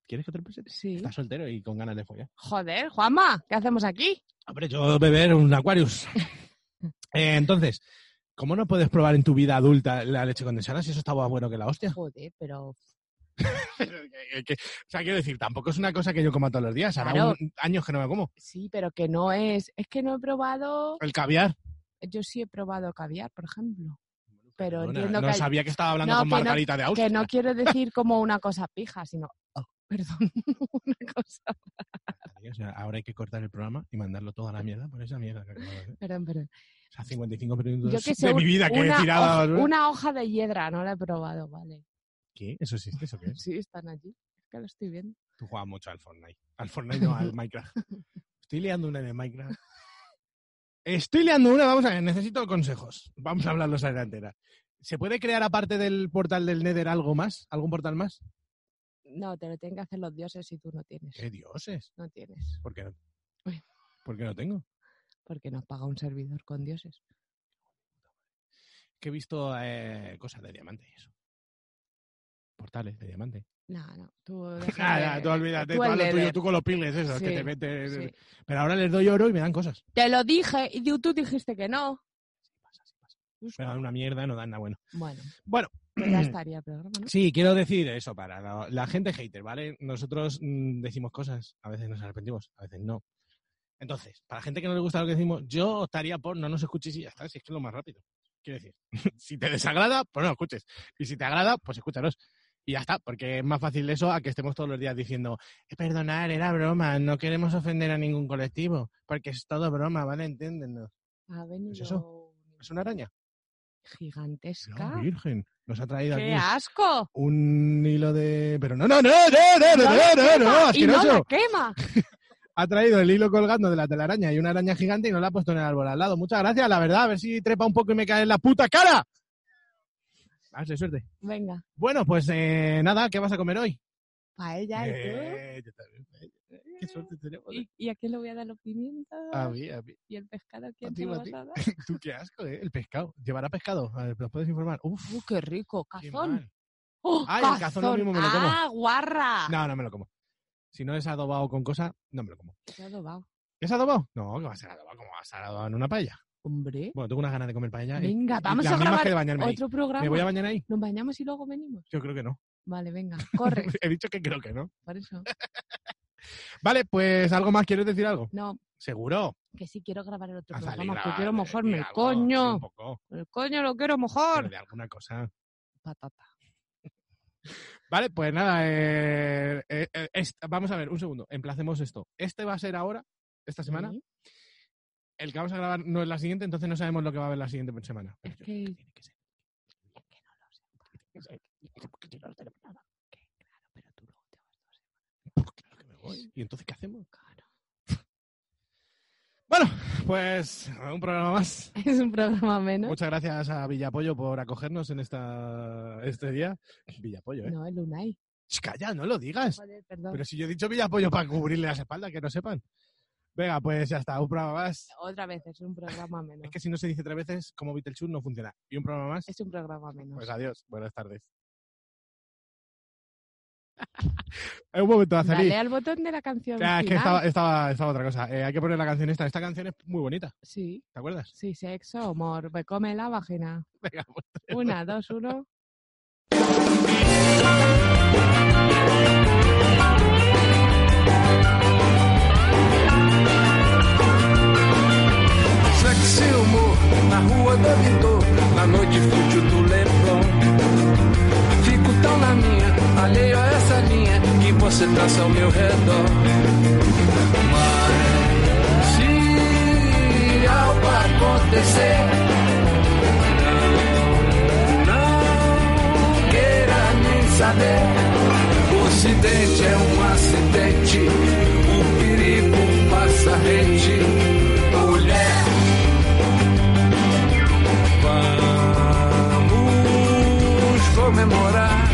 S4: ¿Quieres que te lo presente?
S5: sí.
S4: Está soltero y con ganas de follar.
S5: Joder, Juanma, ¿qué hacemos aquí?
S4: Hombre, yo beber un Aquarius. Eh, entonces, ¿cómo no puedes probar en tu vida adulta la leche condensada si eso está más bueno que la hostia?
S5: Joder, pero
S4: Que- que- o sea, quiero decir, tampoco es una cosa que yo coma todos los días. Hará
S5: Claro.
S4: un- años que no me como.
S5: sí, pero que no es. Es que no he probado.
S4: El caviar.
S5: Yo sí he probado caviar, por ejemplo. Pero
S4: Perdona,
S5: entiendo
S4: no
S5: que, hay-
S4: sabía que estaba hablando
S5: No,
S4: con
S5: que no-
S4: Margarita de Austria.
S5: que no quiero decir como una cosa pija, sino. oh, perdón, una cosa.
S4: O sea, ahora hay que cortar el programa y mandarlo toda la mierda por esa mierda que acabo de hacer.
S5: Perdón, perdón.
S4: O sea, 55 minutos
S5: Yo que sé.
S4: de
S5: un-
S4: mi vida que he
S5: una
S4: tirado. a la
S5: hoja-
S4: basura.
S5: una hoja de hiedra, no la he probado, vale.
S4: ¿Qué? ¿Eso existe? ¿Eso qué es?
S5: Sí, están allí. Es que lo estoy viendo.
S4: Tú juegas mucho al Fortnite. Al Fortnite no, al Minecraft. Estoy liando una de Minecraft. Estoy liando una, vamos a ver, necesito consejos. Vamos a hablarlos a la entera. ¿Se puede crear aparte del portal del Nether algo más? ¿Algún portal más?
S5: No, te lo tienen que hacer los dioses si tú no tienes.
S4: ¡Qué dioses!
S5: No tienes.
S4: ¿Por qué no?
S5: Uy.
S4: ¿Por qué no tengo?
S5: Porque nos paga un servidor con dioses.
S4: Que he visto eh, cosas de diamante y eso. Portales de diamante.
S5: No, no. Tú,
S4: Nada,
S5: déjame-
S4: tú olvídate,
S5: Eh, tú
S4: tú,
S5: el
S4: a lo tuyo,
S5: Nether.
S4: tú con los pingles esos que
S5: Sí,
S4: te meten.
S5: Sí.
S4: Pero ahora les doy oro y me dan cosas.
S5: Te lo dije y tú- tú dijiste que no.
S4: Me dan una mierda, no dan nada bueno.
S5: Bueno,
S4: Bueno,
S5: pues ya estaría el programa, ¿no?
S4: Mm. Sí, quiero decir eso para la, la gente hater, ¿vale? Nosotros mm, decimos cosas, a veces nos arrepentimos, a veces no. Entonces, para la gente que no le gusta lo que decimos, yo optaría por no nos escuches y ya está, si es que es lo más rápido. Quiero decir, si te desagrada, pues no lo escuches. Y si te agrada, pues escúchanos. Y ya está, porque es más fácil eso a que estemos todos los días diciendo, "Eh, perdonar, era broma, no queremos ofender a ningún colectivo, porque es todo broma, ¿vale? Entiéndenos.
S5: Ha venido
S4: pues eso? ¿Es una araña?
S5: gigantesca.
S4: No, virgen, nos ha traído
S5: ¡Qué
S4: aquí
S5: asco!
S4: un hilo de... Pero no, no, no, no, no, no, no, no, no,
S5: ¡Quema! ¡Y no
S4: asqueroso.
S5: la quema!
S4: ha traído el hilo colgando de la telaraña y una araña gigante y no la ha puesto en el árbol al lado. Muchas gracias, la verdad. A ver si trepa un poco y me cae en la puta cara. A ver si hay suerte.
S5: Venga,
S4: Bueno, pues eh, nada, ¿qué vas a comer hoy?
S5: paella y todo.
S4: Eh, yo también, eh, Qué suerte tenemos.
S5: ¿Y, y a quién le voy a dar los pimientos?
S4: A mí, a mí.
S5: ¿Y el pescado a
S4: A
S5: quién
S4: ti,
S5: se lo
S4: a
S5: vas
S4: ti.
S5: a dar?
S4: Tú qué asco, ¿eh? El pescado. ¿Llevará pescado? A ver, ¿nos puedes informar? Uf,
S5: ¡Uh, qué rico!
S4: qué
S5: ¡Cazón!
S4: mal.
S5: ¡Oh,
S4: Ay, el cazón lo mismo me lo como.
S5: ¡Ah, guarra!
S4: No, no me lo como. Si no es adobado con cosa, no me lo como.
S5: Qué adobado.
S4: ¿Es adobado? No, que va a ser adobado. ¿Cómo va a ser adobado en una paella?
S5: Hombre.
S4: Bueno, tengo unas ganas de comer paella. y-
S5: Venga,
S4: y
S5: vamos
S4: las
S5: a
S4: mismas
S5: grabar
S4: que de bañarme ahí.
S5: Otro programa.
S4: ¿Me voy a bañar ahí?
S5: Nos bañamos y luego venimos.
S4: Yo creo que no.
S5: Vale, venga, corre,
S4: He dicho que creo que no.
S5: por eso.
S4: Vale, pues algo más. ¿Quieres decir algo?
S5: No,
S4: Seguro.
S5: que sí quiero grabar el otro
S4: Haz algo,
S5: programa, que
S4: de-
S5: quiero
S4: de
S5: mojarme el
S4: algo, sí,
S5: coño.
S4: un poco,
S5: El coño lo quiero
S4: pero
S5: mejor.
S4: de alguna cosa.
S5: Patata.
S4: Vale, pues nada. eh, eh, eh, est- vamos a ver, un segundo. Emplacemos esto. Este va a ser ahora, esta semana.
S5: Sí.
S4: El que vamos a grabar no es la siguiente, entonces no sabemos lo que va a haber la siguiente semana.
S5: Es
S4: Pero yo
S5: que-
S4: creo tiene que ser.
S5: Que claro, pero tú luego te vas dos semanas.
S4: Pues Claro que me voy. ¿Y entonces qué hacemos?
S5: Claro.
S4: Bueno, pues un programa más.
S5: Es un programa menos.
S4: Muchas gracias a Villapollo por acogernos en esta, este día. Villapollo, ¿eh?
S5: No, el Unai.
S4: Ch, Calla, no lo digas.
S5: Joder, perdón.
S4: Pero si yo he dicho Villapollo para cubrirle las espaldas, que no sepan. Venga, pues ya está, un programa más.
S5: Otra vez, es un programa menos.
S4: Es que si no se dice tres veces, como Beetlejuice no funciona. Y un programa más,
S5: Es un programa menos.
S4: pues adiós, buenas tardes. Eh, un momento, Azalí.
S5: Dale al botón de la canción.
S4: Ah, es que
S5: final.
S4: estaba, estaba, estaba otra cosa. Eh, hay que poner la canción esta. Esta canción es muy bonita,
S5: Sí,
S4: ¿te acuerdas?
S5: sí, sexo, amor. Me come la vagina.
S4: Venga, pues.
S5: Una, dos, uno.
S3: Sexy humor na rua do Vitor, na noite fútil do Leblon. Fico tão na minha, alheio a essa linha que você traça ao meu redor. Mas se algo acontecer, não, não queira nem saber.
S1: acidente é um acidente. O perigo passa rente. Mulher, vamos comemorar.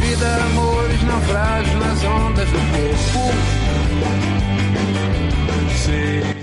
S1: Vida, amores, naufrágios nas ondas do corpo. Sim.